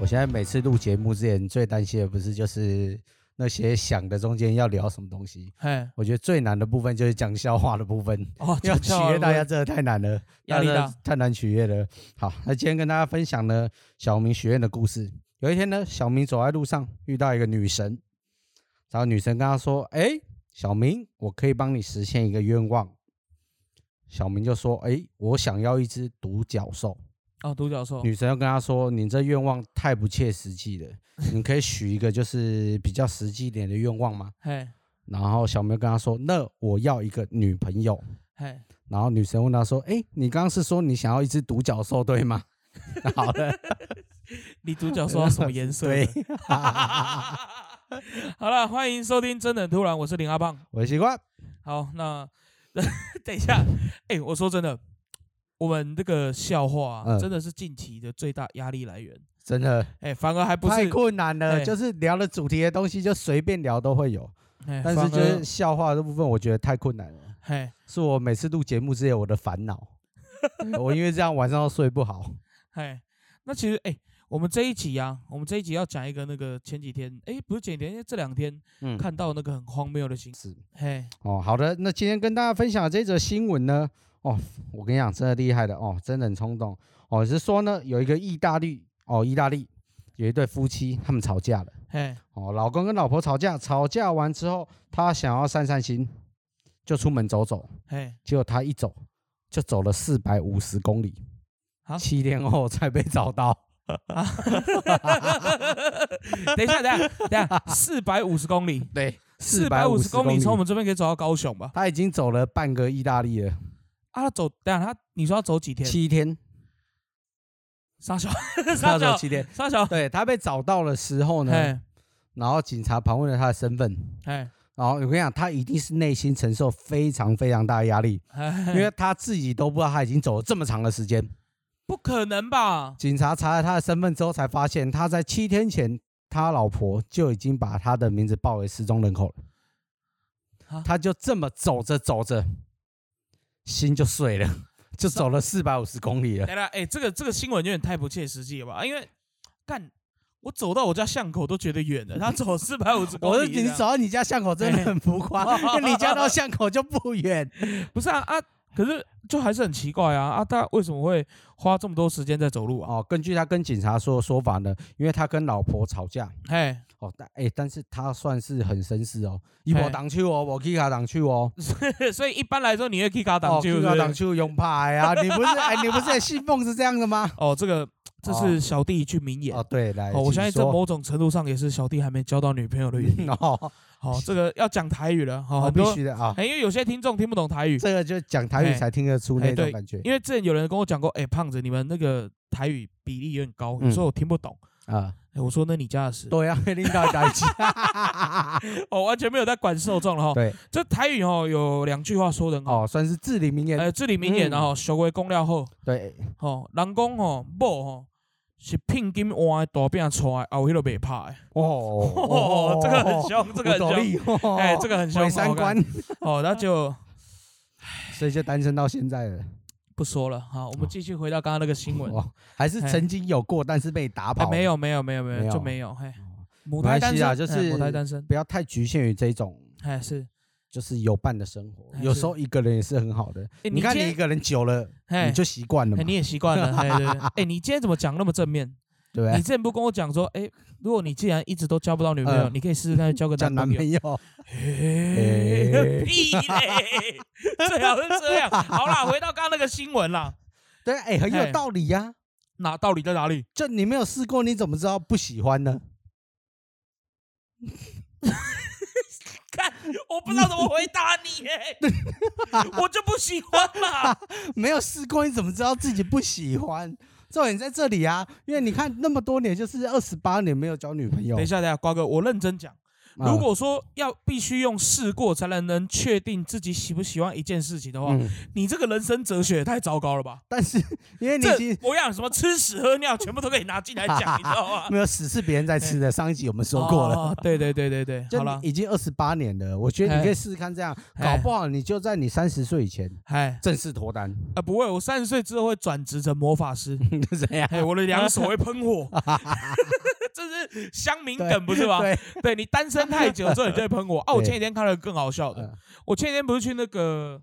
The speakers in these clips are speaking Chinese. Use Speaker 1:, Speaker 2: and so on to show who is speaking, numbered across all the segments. Speaker 1: 我现在每次录节目之前，最担心的不是就是那些想的中间要聊什么东西。
Speaker 2: 哎，
Speaker 1: 我觉得最难的部分就是讲笑话的部 分，
Speaker 2: 哦，
Speaker 1: 要
Speaker 2: 讲
Speaker 1: 取
Speaker 2: 笑话
Speaker 1: 悦大
Speaker 2: 了
Speaker 1: 家真的太难了，
Speaker 2: 压力大，
Speaker 1: 太难取悦了。好，那今天跟大家分享呢小明学院的故事。有一天呢，小明走在路上遇到一个女神，然后女神跟他说：“哎、小明，我可以帮你实现一个愿望。”小明就说：“哎、我想要一只独角兽。”
Speaker 2: 哦，独角兽，
Speaker 1: 女神要跟他说：“你这愿望太不切实际了，你可以许一个就是比较实际一点的愿望吗
Speaker 2: 嘿，？”
Speaker 1: 然后小明跟他说：“那我要一个女朋友。
Speaker 2: 嘿，”
Speaker 1: 然后女神问他说：“哎，你刚刚是说你想要一只独角兽对吗？” 好了，
Speaker 2: 你独角兽要什么颜色的？
Speaker 1: 对，
Speaker 2: 好了，欢迎收听《真的很突然》，我是林阿胖。
Speaker 1: 我的习惯。
Speaker 2: 好，那 等一下，哎、我说真的，我们这个笑话、啊
Speaker 1: 嗯
Speaker 2: 真的是近期的最大压力来源。
Speaker 1: 真的
Speaker 2: 哎、反而还不是
Speaker 1: 太，困难了，
Speaker 2: 对
Speaker 1: 就是聊的主题的东西就随便聊都会有，
Speaker 2: 哎
Speaker 1: 但
Speaker 2: 反
Speaker 1: 是就是
Speaker 2: 而
Speaker 1: 笑话的部分，我觉得太困难了，
Speaker 2: 嘿，
Speaker 1: 是我每次录节目之前我的烦 恼。我因为这样晚上都睡不好。
Speaker 2: 嘿，那其实哎、我们这一集啊，我们这一集要讲一个那个前几天，哎、不是前几天，这两天
Speaker 1: 嗯，
Speaker 2: 看到那个很荒谬的新，
Speaker 1: 是
Speaker 2: 嘿，
Speaker 1: 哦，好的，那今天跟大家分享的这则新闻呢，哦，我跟你讲，真的厉害的哦，真的很冲动哦，是说呢，有一个意大利哦，意大利有一对夫妻，他们吵架了
Speaker 2: 嘿，
Speaker 1: 哦，老公跟老婆吵架，吵架完之后，他想要散散心，就出门走走，
Speaker 2: 嘿，
Speaker 1: 结果他一走就走了四百五十公里
Speaker 2: 啊，
Speaker 1: 七天后才被找到。
Speaker 2: 等一下，等一下，等 一下，四百五十公里，
Speaker 1: 对，
Speaker 2: 四百五
Speaker 1: 5
Speaker 2: 十公里从我们这边可以走到高雄吧？
Speaker 1: 他已经走了半个意大利了，
Speaker 2: 啊，他走，等一下他，你说要走几天？
Speaker 1: 七天，
Speaker 2: 沙小，
Speaker 1: 他
Speaker 2: 沙
Speaker 1: 走
Speaker 2: 小，
Speaker 1: 七天。
Speaker 2: 沙小，
Speaker 1: 对他被找到的时候呢，
Speaker 2: 嘿，
Speaker 1: 然后警察盘问了他的身份，
Speaker 2: 嘿，
Speaker 1: 然后我跟你讲，他一定是内心承受非常非常大的压力，因
Speaker 2: 因
Speaker 1: 为他自己都不知道他已经走了这么长的时间。
Speaker 2: 不可能吧？
Speaker 1: 警察查了他的身份之后，才发现他在七天前，他老婆就已经把他的名字报为失踪人口了
Speaker 2: 啊。
Speaker 1: 他就这么走着走着，心就碎 了，就走了四百五十 公里了。
Speaker 2: 来了，哎，这个这个新闻有点太不切实际了吧？啊因为干，我走到我家巷口都觉得远了，他走四百五十公
Speaker 1: 我说
Speaker 2: 里这
Speaker 1: 你
Speaker 2: 样，
Speaker 1: 走到你家巷口真的很浮 夸，因为你家到巷口就不远。
Speaker 2: 不是啊啊？可是就还是很奇怪啊啊！他为什么会花这么多时间在走路啊？
Speaker 1: 哦，根据他跟警察说的说法呢，因为他跟老婆吵架，
Speaker 2: 嘿，
Speaker 1: 哦，但哎、但是他算是很绅士哦，伊无
Speaker 2: 嘿
Speaker 1: 挡手哦，无去卡挡手哦，
Speaker 2: 所以一般来说你会 K 卡挡
Speaker 1: 哦，
Speaker 2: 就
Speaker 1: 去
Speaker 2: 是
Speaker 1: 卡挡手用牌啊，你不是哎、你不是也信奉是这样的 吗？
Speaker 2: 哦，这个这是小弟一句名言
Speaker 1: 哦，。对，来，
Speaker 2: 哦，我
Speaker 1: 请
Speaker 2: 相信这
Speaker 1: 说
Speaker 2: 某种程度上也是小弟还没交到女朋友的 原因。
Speaker 1: 哦，
Speaker 2: 好，这个要讲台语了，好，
Speaker 1: 哦
Speaker 2: 很
Speaker 1: 必
Speaker 2: 多，
Speaker 1: 须的啊，
Speaker 2: 哎因为有些听众听不懂台语，
Speaker 1: 这个就讲台语
Speaker 2: 嘿
Speaker 1: 才听得出那
Speaker 2: 嘿
Speaker 1: 种
Speaker 2: 对
Speaker 1: 感觉
Speaker 2: 因为之前有人跟我讲过，哎，胖子，你们那个台语比例有点高，
Speaker 1: 嗯
Speaker 2: 有时候我听不懂。
Speaker 1: 啊，
Speaker 2: 哎，我说那你家的事，
Speaker 1: 对啊，被领导打击，
Speaker 2: 哦，完全没有在管受众了哈。
Speaker 1: 对，
Speaker 2: 这台语哦有两句话说的很好，
Speaker 1: 哦，算是至理名言，
Speaker 2: 呃，至理名言
Speaker 1: 嗯
Speaker 2: 然后小鬼公了后，
Speaker 1: 对，
Speaker 2: 吼，人讲吼某吼是聘金换的大饼出来，后迄个袂怕的。
Speaker 1: 哦，
Speaker 2: 哦，这个很凶，这个很
Speaker 1: 有道
Speaker 2: 凶，
Speaker 1: 理哦，
Speaker 2: 哎，这个很凶
Speaker 1: 毁，三
Speaker 2: 好看
Speaker 1: 观，
Speaker 2: 哦，那就
Speaker 1: 所以就单身到现在了。
Speaker 2: 不说了。好，我们继续回到刚刚那个新闻。
Speaker 1: 哦，还是
Speaker 2: 嘿
Speaker 1: 曾经有过，但是被打
Speaker 2: 哎
Speaker 1: 跑，
Speaker 2: 没。有没有没有没
Speaker 1: 没
Speaker 2: 有就
Speaker 1: 有
Speaker 2: 没有。嘿，母
Speaker 1: 没
Speaker 2: 胎
Speaker 1: 关
Speaker 2: 单
Speaker 1: 系啊
Speaker 2: 身
Speaker 1: 就
Speaker 2: 哎
Speaker 1: 是
Speaker 2: 母胎单身，
Speaker 1: 不要太局限于这种，
Speaker 2: 哎是。
Speaker 1: 就是有伴的生活。
Speaker 2: 哎
Speaker 1: 有
Speaker 2: 是
Speaker 1: 时候一个人也是很好的。
Speaker 2: 哎
Speaker 1: 你看
Speaker 2: 今
Speaker 1: 你
Speaker 2: 天
Speaker 1: 一个人久了，
Speaker 2: 哎
Speaker 1: 你就习惯了
Speaker 2: 哎
Speaker 1: 嘛，
Speaker 2: 你也习惯了。哎对对对哎，你今天怎么讲那么正面？
Speaker 1: 对不对？
Speaker 2: 你之前不跟我讲说，哎，如果你既然一直都交不到女朋友，
Speaker 1: 嗯
Speaker 2: 你可以试试看去交个
Speaker 1: 交
Speaker 2: 男
Speaker 1: 男
Speaker 2: 朋友。
Speaker 1: 朋友，
Speaker 2: 嘿屁嘞！ 最好是这样。好啦，回到刚刚那个新闻啦，
Speaker 1: 对，哎，很
Speaker 2: 哎
Speaker 1: 有道理呀。
Speaker 2: 哪道理在哪里？
Speaker 1: 就你没有试过，你怎么知道不喜欢呢？
Speaker 2: 看，我不知道怎么回答你 耶，我就不喜欢啦。
Speaker 1: 没有试过，你怎么知道自己不喜欢？重点在这里啊，因为你看那么多年，就是二十八年没有交女朋友
Speaker 2: 等一。下，等一下，瓜哥，我认真讲，
Speaker 1: 啊
Speaker 2: 如果说要必须用试过才能能确定自己喜不喜欢一件事情的话，
Speaker 1: 嗯，
Speaker 2: 你这个人生哲学也太糟糕了吧？
Speaker 1: 但是因为你已
Speaker 2: 这
Speaker 1: 经
Speaker 2: 模样什么吃屎喝尿，全部都可以拿进来 讲，你知道吗？
Speaker 1: 没有屎是别人在吃
Speaker 2: 哎
Speaker 1: 的，上一集我们说过了。
Speaker 2: 哦，对对对对对，
Speaker 1: 就
Speaker 2: 好了
Speaker 1: 你，已经二十八年了，我觉得你
Speaker 2: 哎
Speaker 1: 可以试试看这样，搞
Speaker 2: 哎
Speaker 1: 不好你就在你三十岁以前
Speaker 2: 哎，
Speaker 1: 正式脱 单，
Speaker 2: 啊不会，我三十岁之后会转职成魔法师，
Speaker 1: 就这样。
Speaker 2: 哎，我的两手会喷火， 这是乡民梗不是吗？
Speaker 1: 对，
Speaker 2: 对你单身太久之后，你就会喷我。哦，我
Speaker 1: 对
Speaker 2: 前几天看了更好笑的
Speaker 1: 嗯，
Speaker 2: 我前几天不是去那个，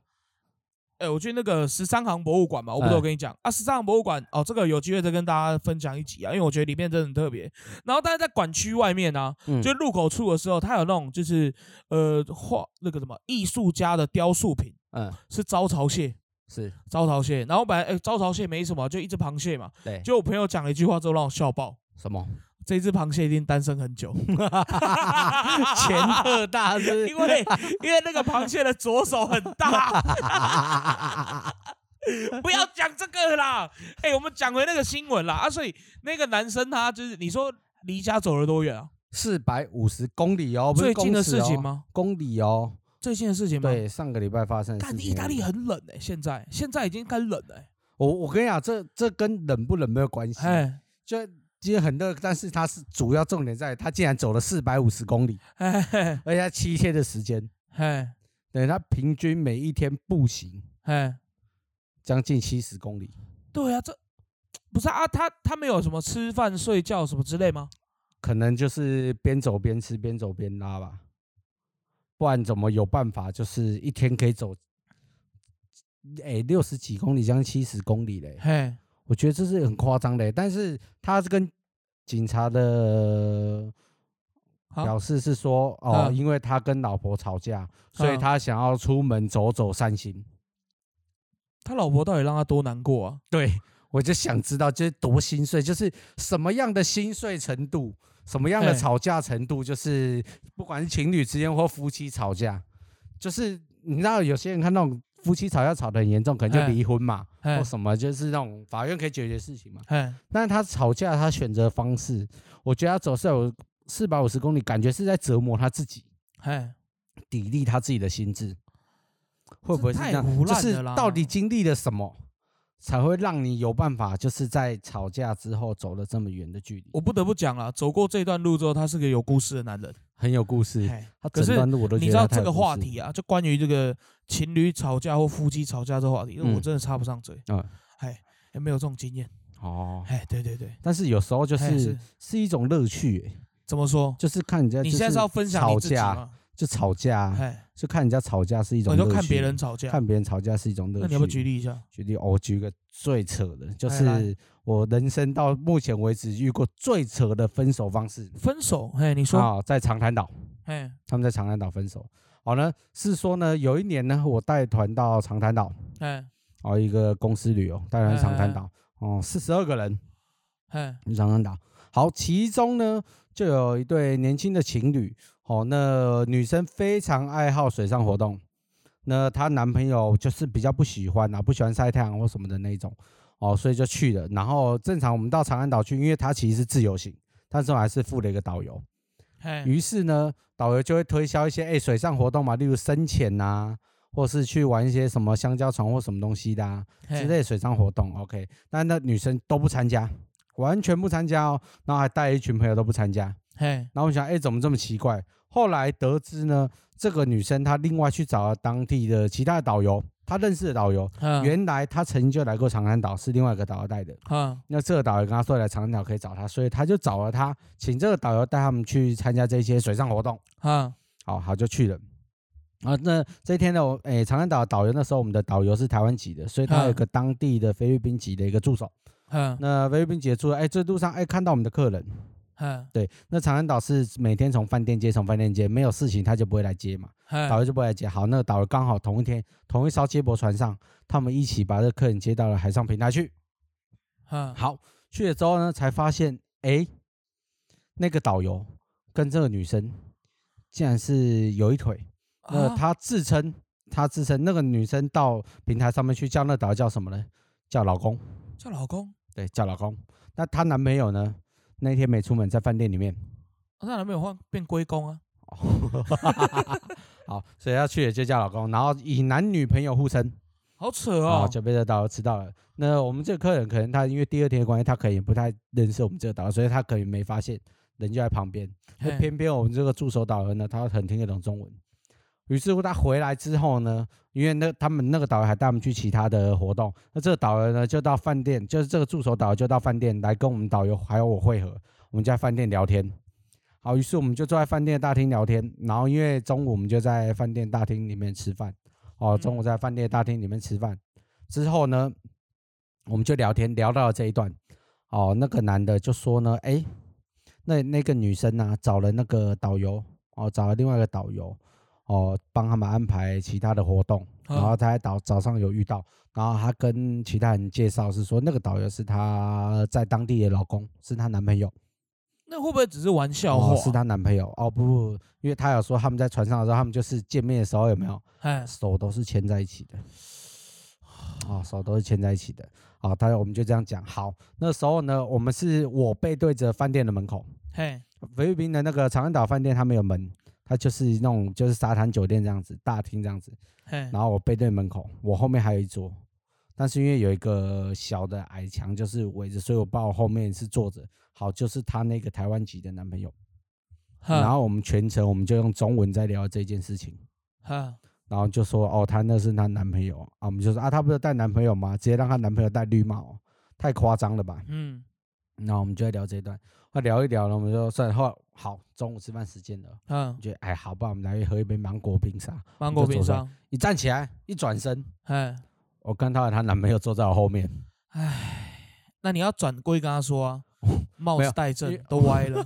Speaker 2: 哎，我去那个十三行博物馆嘛，我不是
Speaker 1: 嗯
Speaker 2: 有跟你讲啊，十三行博物馆哦，这个有机会再跟大家分享一集啊，因为我觉得里面真的很特别。然后但是在馆区外面呢、
Speaker 1: 嗯
Speaker 2: 就入口处的时候，它有那种就是呃画那个什么艺术家的雕塑品，
Speaker 1: 嗯，
Speaker 2: 是招潮蟹。
Speaker 1: 是
Speaker 2: 招潮蟹，然后本来哎，招潮蟹没什么，就一只螃蟹嘛。
Speaker 1: 对，
Speaker 2: 就我朋友讲了一句话之后，让我笑爆。
Speaker 1: 什 么
Speaker 2: 这只螃蟹一定单身很久，
Speaker 1: 前特大是不是
Speaker 2: 因为因为那个螃蟹的左手很大，不要讲这个啦。哎、我们讲回那个新闻啦啊，所以那个男生他就是你说离家走了多远啊？
Speaker 1: 四百五十公里哦，不是
Speaker 2: 最近
Speaker 1: 公
Speaker 2: 的
Speaker 1: 尺
Speaker 2: 事情
Speaker 1: 哦？
Speaker 2: 吗？
Speaker 1: 公里哦，
Speaker 2: 最近的事情吗？，
Speaker 1: 对，上个礼拜发生的
Speaker 2: 干
Speaker 1: 事情而已。
Speaker 2: 意大利很冷哎、现在现在已经开始冷了欸、
Speaker 1: 我我跟你讲，这这跟冷不冷没有关系，
Speaker 2: 哎
Speaker 1: 就今天很热，但是它是主要重点在它竟然走了四百五十公里，
Speaker 2: 哎哎
Speaker 1: 而且它七天的时间，
Speaker 2: 哎
Speaker 1: 对，它平均每一天步行
Speaker 2: 哎，
Speaker 1: 将近七十公里，
Speaker 2: 对啊，这不是啊？他他没有什么吃饭睡觉什么之类吗？
Speaker 1: 可能就是边走边吃，边走边拉吧，不然怎么有办法就是一天可以走，哎，六十几公里，将近七十公里嘞？
Speaker 2: 嘿，
Speaker 1: 我觉得这是很夸张的，但是他是跟警察的
Speaker 2: 好
Speaker 1: 表示是说，哦，
Speaker 2: 嗯
Speaker 1: 因为他跟老婆吵架，所以
Speaker 2: 嗯
Speaker 1: 他想要出门走走散心。
Speaker 2: 他老婆到底让他多难过啊？
Speaker 1: 对，我就想知道，就是多心碎，就是什么样的心碎程度，什么样的
Speaker 2: 嘿
Speaker 1: 吵架程度，就是不管是情侣之间或夫妻吵架，就是你知道有些人看那种夫妻吵架吵得很严重，可能就
Speaker 2: 嘿
Speaker 1: 离婚嘛，
Speaker 2: 哎
Speaker 1: 或什么，哦就是那种法院可以解决事情嘛。
Speaker 2: 哎
Speaker 1: 但是他吵架，他选择方式，我觉得他走四有四百五十公里，感觉是在折磨他自己，
Speaker 2: 哎，
Speaker 1: 砥砺他自己的心智，会不会是
Speaker 2: 这
Speaker 1: 这
Speaker 2: 太
Speaker 1: 样？
Speaker 2: 胡
Speaker 1: 就
Speaker 2: 乱
Speaker 1: 是
Speaker 2: 了啦
Speaker 1: 到底经历了什么，才会让你有办法，就是在吵架之后走了这么远的距离？
Speaker 2: 我不得不讲啊，走过这段路之后，他是个有故事的男人。
Speaker 1: 很有故事，
Speaker 2: 哎
Speaker 1: 他
Speaker 2: 可
Speaker 1: 整
Speaker 2: 是
Speaker 1: 段路我都觉得
Speaker 2: 你知道
Speaker 1: 他
Speaker 2: 这
Speaker 1: 有
Speaker 2: 个
Speaker 1: 故
Speaker 2: 话
Speaker 1: 事
Speaker 2: 题啊，就关于这个情侣吵架或夫妻吵架这话题，那我
Speaker 1: 嗯
Speaker 2: 真的插不上嘴。
Speaker 1: 嗯
Speaker 2: 哎，也没有这种经验。
Speaker 1: 哦。
Speaker 2: 哎，对对对，
Speaker 1: 但是有时候就
Speaker 2: 哎
Speaker 1: 是
Speaker 2: 是
Speaker 1: 是一种乐趣、欸
Speaker 2: 怎么说？
Speaker 1: 就是看人家。
Speaker 2: 你现在是要分享你
Speaker 1: 吵
Speaker 2: 自己
Speaker 1: 架，
Speaker 2: 吗？
Speaker 1: 就吵架啊，
Speaker 2: 哎，
Speaker 1: 就看人家吵架是一种
Speaker 2: 我
Speaker 1: 乐
Speaker 2: 就
Speaker 1: 趣。
Speaker 2: 哦看别人吵架。
Speaker 1: 看别人吵架是一种乐趣。
Speaker 2: 那你要不要举例一下？
Speaker 1: 举例，哦我举一个最扯的，就
Speaker 2: 来来
Speaker 1: 是我人生到目前为止遇过最扯的分手方式。
Speaker 2: 分手？哎，你说？
Speaker 1: 啊、在长滩岛，
Speaker 2: 哎
Speaker 1: 他们在长滩岛分手。好呢，是说呢，有一年呢，我带团到长滩岛，
Speaker 2: 哎
Speaker 1: 哦，一个公司旅游，带团去长滩
Speaker 2: 嗯嗯嗯
Speaker 1: 岛，哦，四十二个人
Speaker 2: 哎
Speaker 1: 去长滩岛。好，其中呢，就有一对年轻的情侣，哦，那女生非常爱好水上活动，那她男朋友就是比较不喜欢啊，不喜欢晒太阳或什么的那一种，哦，所以就去了。然后正常我们到长安岛去，因为他其实是自由行，但是我还是付了一个导游。
Speaker 2: 哎，
Speaker 1: 于是呢，导游就会推销一些哎水上活动嘛，例如深潜呐、或是去玩一些什么香蕉船或什么东西的、啊，
Speaker 2: 哎
Speaker 1: 之类的水上活动，OK，但那女生都不参加，完全不参加哦，然后还带一群朋友都不参加，
Speaker 2: 哎
Speaker 1: 然后我想，哎，怎么这么奇怪？后来得知呢，这个女生她另外去找了当地的其他的导游，她认识的导游，
Speaker 2: 嗯
Speaker 1: 原来她曾经就来过长滩岛，是另外一个导游带的。
Speaker 2: 嗯
Speaker 1: 那这个导游跟她说来长滩岛可以找她，所以她就找了她，请这个导游带他们去参加这些水上活动。
Speaker 2: 嗯
Speaker 1: 好好就去了。啊，那这一天呢，我诶，长滩岛的导游那时候我们的导游是台湾籍的，所以他有
Speaker 2: 嗯
Speaker 1: 个当地的菲律宾籍的一个助手。
Speaker 2: 嗯
Speaker 1: 那菲律宾籍的助手，哎，这路上哎看到我们的客人，
Speaker 2: 嗯
Speaker 1: 对，那长滩岛是每天从饭店接，从饭店接，没有事情他就不会来接嘛，导
Speaker 2: 嗯
Speaker 1: 游就不会来接。好，那个导游刚好同一天，同一艘接驳船上，他们一起把这个客人接到了海上平台去。
Speaker 2: 嗯，
Speaker 1: 好，去了之后呢，才发现，哎，那个导游跟这个女生竟然是有一腿。那
Speaker 2: 啊
Speaker 1: 她自称，她自称那个女生到平台上面去叫那导游叫什么呢？叫老公，
Speaker 2: 叫老公，
Speaker 1: 对，叫老公。那她男朋友呢？那天没出门，在饭店里面。
Speaker 2: 哦啊她男朋友换变龟公啊？
Speaker 1: 好，所以要去也就叫老公，然后以男女朋友互称，
Speaker 2: 好扯哦
Speaker 1: 哦，，就被这导游知道了。那我们这个客人可能他因为第二天的关系，他可能也不太认识我们这个导游，所以他可能没发现人就在旁边。那
Speaker 2: 嘿
Speaker 1: 偏偏我们这个驻守导游呢，他很听得懂中文，于是乎他回来之后呢，因为那他们那个导游还带我们去其他的活动，那这个导游呢就到饭店，就是这个驻守导游就到饭店来跟我们导游还有我会合，我们就在饭店聊天。好，于是我们就坐在饭店的大厅聊天，然后因为中午我们就在饭店大厅里面吃饭，哦，中午在饭店大厅里面吃饭之后呢，我们就聊天聊到了这一段，哦，那个男的就说呢，诶，那那个女生呢、啊找了那个导游，哦，找了另外一个导游，哦，帮他们安排其他的活动，然
Speaker 2: 啊
Speaker 1: 后他在早早上有遇到，然后他跟其他人介绍是说，那个导游是她在当地的老公，是她男朋友。
Speaker 2: 那会不会只是玩笑话
Speaker 1: 哦，？是她男朋友哦，不不，不因为她有说他们在船上的时候，他们就是见面的时候有没有
Speaker 2: 哎，
Speaker 1: 手都是牵在一 起的，哦，手都是牵在一起的。好、他我们就这样讲。好，那时候呢，我们是我背对着饭店的门口，
Speaker 2: 嘿，
Speaker 1: 菲律宾的那个长安岛饭店，它没有门，它就是那种就是沙滩酒店这样子，大厅这样子。
Speaker 2: 嘿，
Speaker 1: 然后我背对门口，我后面还有一桌，但是因为有一个小的矮墙就是围着，所以我爸我后面是坐着。好，就是她那个台湾籍的男朋友。然
Speaker 2: 哈，
Speaker 1: 后我们全程我们就用中文在聊这件事情，
Speaker 2: 哈，
Speaker 1: 然后就说哦，她那是她男朋友啊，我们就说啊，她不是带男朋友吗？直接让她男朋友戴绿帽，太夸张了吧？
Speaker 2: 嗯，
Speaker 1: 然后我们就在聊这一段，后来聊一聊呢，我们就说算了，后来好，中午吃饭时间了，我
Speaker 2: 哈
Speaker 1: 们，觉得哎，好吧，我们来喝一杯芒果冰沙。
Speaker 2: 芒果
Speaker 1: 就
Speaker 2: 冰
Speaker 1: 走
Speaker 2: 沙
Speaker 1: 上，一站起来，一转身，
Speaker 2: 哎，
Speaker 1: 我看到了她男朋友坐在我后面，
Speaker 2: 那你要转过去跟他说啊，帽
Speaker 1: 没
Speaker 2: 子
Speaker 1: 有
Speaker 2: 戴正
Speaker 1: 因为
Speaker 2: 都歪了，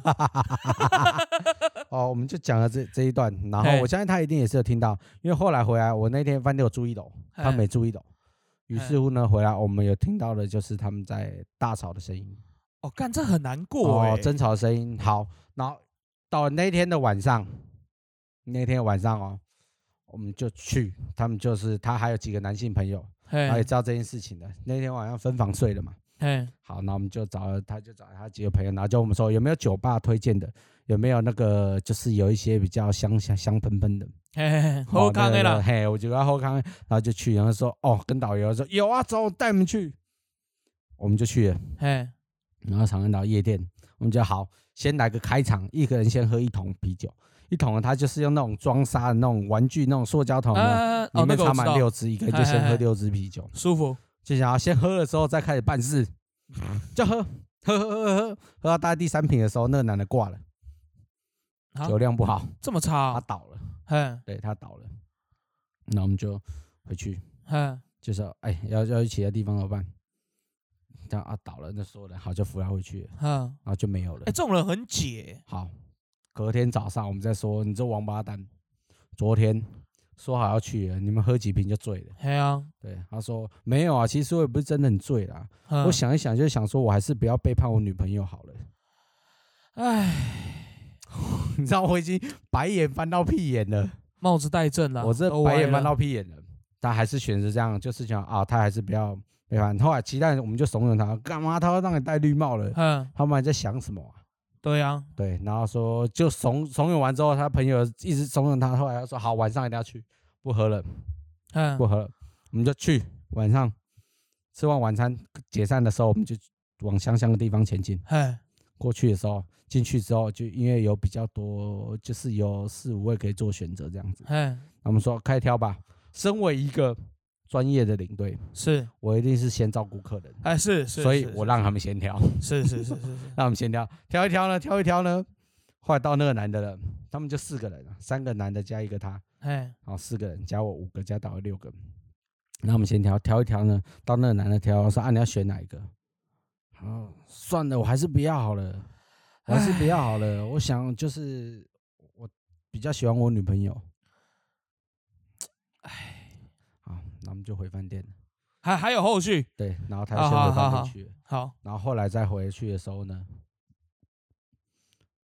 Speaker 1: 哦，我们就讲了这这一段，然后
Speaker 2: 嘿
Speaker 1: 我相信他一定也是有听到，因为后来回来，我那天饭店有住一楼， 他
Speaker 2: 嘿
Speaker 1: 没住一楼，于
Speaker 2: 嘿
Speaker 1: 是乎呢，回来我们有听到的就是他们在大吵的声音，
Speaker 2: 哦，干这很难过
Speaker 1: 哦
Speaker 2: 哎，，
Speaker 1: 争吵的声音。好，然后到了那天的晚上，那天晚上哦，我们就去，他们就是他还有几个男性朋友，他也
Speaker 2: 嘿，
Speaker 1: 知道这件事情的，那天晚上分房睡了嘛。
Speaker 2: 嘿，
Speaker 1: 好，那我们就找了，他就找了他几个朋友，然后就我们说有没有酒吧推荐的，有没有那个就是有一些比较香香香喷喷的，
Speaker 2: 嘿嘿嘿，
Speaker 1: 哦
Speaker 2: 好康
Speaker 1: 那
Speaker 2: 的
Speaker 1: 个
Speaker 2: 啦，
Speaker 1: 嘿，我就要后康，然后就去，然后说哦，跟导游说有啊，走，带你们去，我们就去了，
Speaker 2: 嘿，
Speaker 1: 然后长安岛夜店，我们就好，先来个开场，一个人先喝一桶啤酒，一桶呢，它就是用那种装沙的那种玩具那种塑胶桶
Speaker 2: 啊
Speaker 1: 呢，
Speaker 2: 啊，啊
Speaker 1: 里
Speaker 2: 哦，那
Speaker 1: 面
Speaker 2: 个
Speaker 1: 插
Speaker 2: 我知
Speaker 1: 满
Speaker 2: 道，
Speaker 1: 六支，一个人就先
Speaker 2: 嘿嘿
Speaker 1: 喝
Speaker 2: 嘿
Speaker 1: 六支啤酒，
Speaker 2: 舒服，
Speaker 1: 就想要先喝了之后再开始办事，就喝喝喝喝喝，喝到大概第三瓶的时候，那个男的挂了，
Speaker 2: 啊
Speaker 1: 酒量不好，
Speaker 2: 这么差
Speaker 1: 他
Speaker 2: 啊，
Speaker 1: 倒了，
Speaker 2: 嘿，
Speaker 1: 对他倒了，那我们就回去，
Speaker 2: 嘿，
Speaker 1: 就说哎要要去其他地方怎么办？这样啊倒了，那所有人好就扶他回去了，
Speaker 2: 哈，
Speaker 1: 然后就没有了
Speaker 2: 哎，。这种人很解，
Speaker 1: 好，隔天早上我们再说，你这王八蛋，昨天说好要去了，你们喝几瓶就醉了。
Speaker 2: 嘿啊，
Speaker 1: 对，他说没有啊，其实我也不是真的很醉啦，
Speaker 2: 我
Speaker 1: 我，想一想，就想说我还是不要背叛我女朋友好了。
Speaker 2: 哎，
Speaker 1: 你知道我已经白眼翻到屁眼了，
Speaker 2: 帽子戴正了，
Speaker 1: 我这
Speaker 2: 都
Speaker 1: 白
Speaker 2: 歪
Speaker 1: 眼翻
Speaker 2: 了
Speaker 1: 到屁眼了，他还是选择这样，就是想啊，他还是不要背叛。后来其他人我们就怂恿他，干嘛他要让你戴绿帽了？
Speaker 2: 嗯，
Speaker 1: 他们还在想什么啊、
Speaker 2: 对呀，
Speaker 1: 对，然后说就怂怂恿完之后，他朋友一直怂恿他，后来他说好，晚上一定要去，不喝了，
Speaker 2: 嗯
Speaker 1: 不，喝了，我们就去。晚上吃完晚餐解散的时候，我们就往香香的地方前进。
Speaker 2: 嘿，
Speaker 1: 过去的时候，进去之后就因为有比较多，就是有四五位可以做选择这样子。
Speaker 2: 嘿，
Speaker 1: 那我们说开挑吧。身为一个专业的领队，
Speaker 2: 是，
Speaker 1: 我一定是先照顾客人，
Speaker 2: 哎，是是，
Speaker 1: 所以
Speaker 2: 是
Speaker 1: 我让他们先挑，
Speaker 2: 是是是是是是，
Speaker 1: 让他们先挑，挑一挑呢，挑一挑呢。后来到那个男的了，他们就四个人啊，三个男的加一个他，
Speaker 2: 嘿，
Speaker 1: 好，四个人加我五个，加到六个。那我们先挑挑一挑呢，到那个男的挑，我说啊你要选哪一个？哦，算了，我还是不要好了，我还是不要好了。我想就是我比较喜欢我女朋友。唉，好，哦那我们就回饭店了。
Speaker 2: 还还有后续，
Speaker 1: 对，然后他就
Speaker 2: 啊
Speaker 1: 先回
Speaker 2: 好好
Speaker 1: 饭店
Speaker 2: 好
Speaker 1: 去了
Speaker 2: 好，
Speaker 1: 然后后来再回去的时候呢，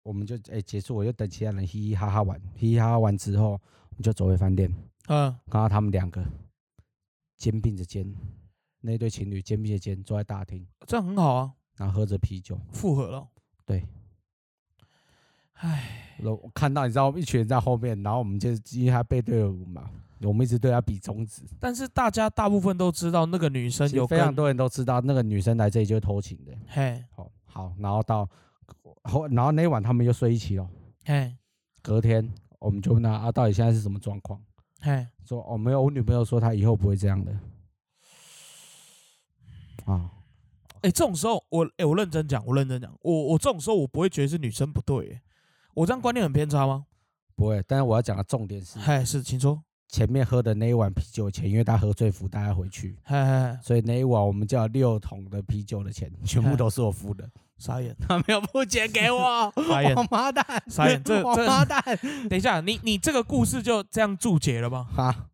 Speaker 1: 我们就哎、结束，我就等其他人嘻嘻哈哈玩，嘻嘻哈哈完之后，我们就走回饭店。
Speaker 2: 嗯，
Speaker 1: 看到他们两个肩并着肩，那对情侣肩并着肩坐在大厅，
Speaker 2: 这样很好啊，
Speaker 1: 然后喝着啤酒。
Speaker 2: 复合了，
Speaker 1: 对，
Speaker 2: 唉，
Speaker 1: 我看到你知道一群人在后面，然后我们就因为他背对了我们嘛，我们一直对他比中指。
Speaker 2: 但是大家大部分都知道那个女生
Speaker 1: 其实
Speaker 2: 有
Speaker 1: 非常
Speaker 2: 跟，
Speaker 1: 多人都知道那个女生来这里就是偷情的。
Speaker 2: 嘿，
Speaker 1: 好，哦好，然后到后，然后那一晚他们又睡一起了。
Speaker 2: 嘿，
Speaker 1: 隔天我们就问他啊，到底现在是什么状况？
Speaker 2: 嘿，
Speaker 1: 说哦，没有，我女朋友说她以后不会这样的。啊，
Speaker 2: 哎，这种时候我，哎，我认真讲，我认真讲，我我这种时候我不会觉得是女生不对，哎我这样观念很偏差吗？
Speaker 1: 不会。但是我要讲的重点是，
Speaker 2: 嘿，是，请说，
Speaker 1: 前面喝的那一碗啤酒钱，因为他喝醉服大家回去，
Speaker 2: 嘿嘿，嘿
Speaker 1: 所以那一晚我们叫六桶的啤酒的钱，全部都是我付的，哎
Speaker 2: 傻眼，
Speaker 1: 他没有付钱给 我，
Speaker 2: 傻眼，
Speaker 1: 王八蛋，
Speaker 2: 傻眼这
Speaker 1: 王
Speaker 2: 这
Speaker 1: 八蛋
Speaker 2: 等一下，你你这个故事就这样注解了吗？
Speaker 1: 啊！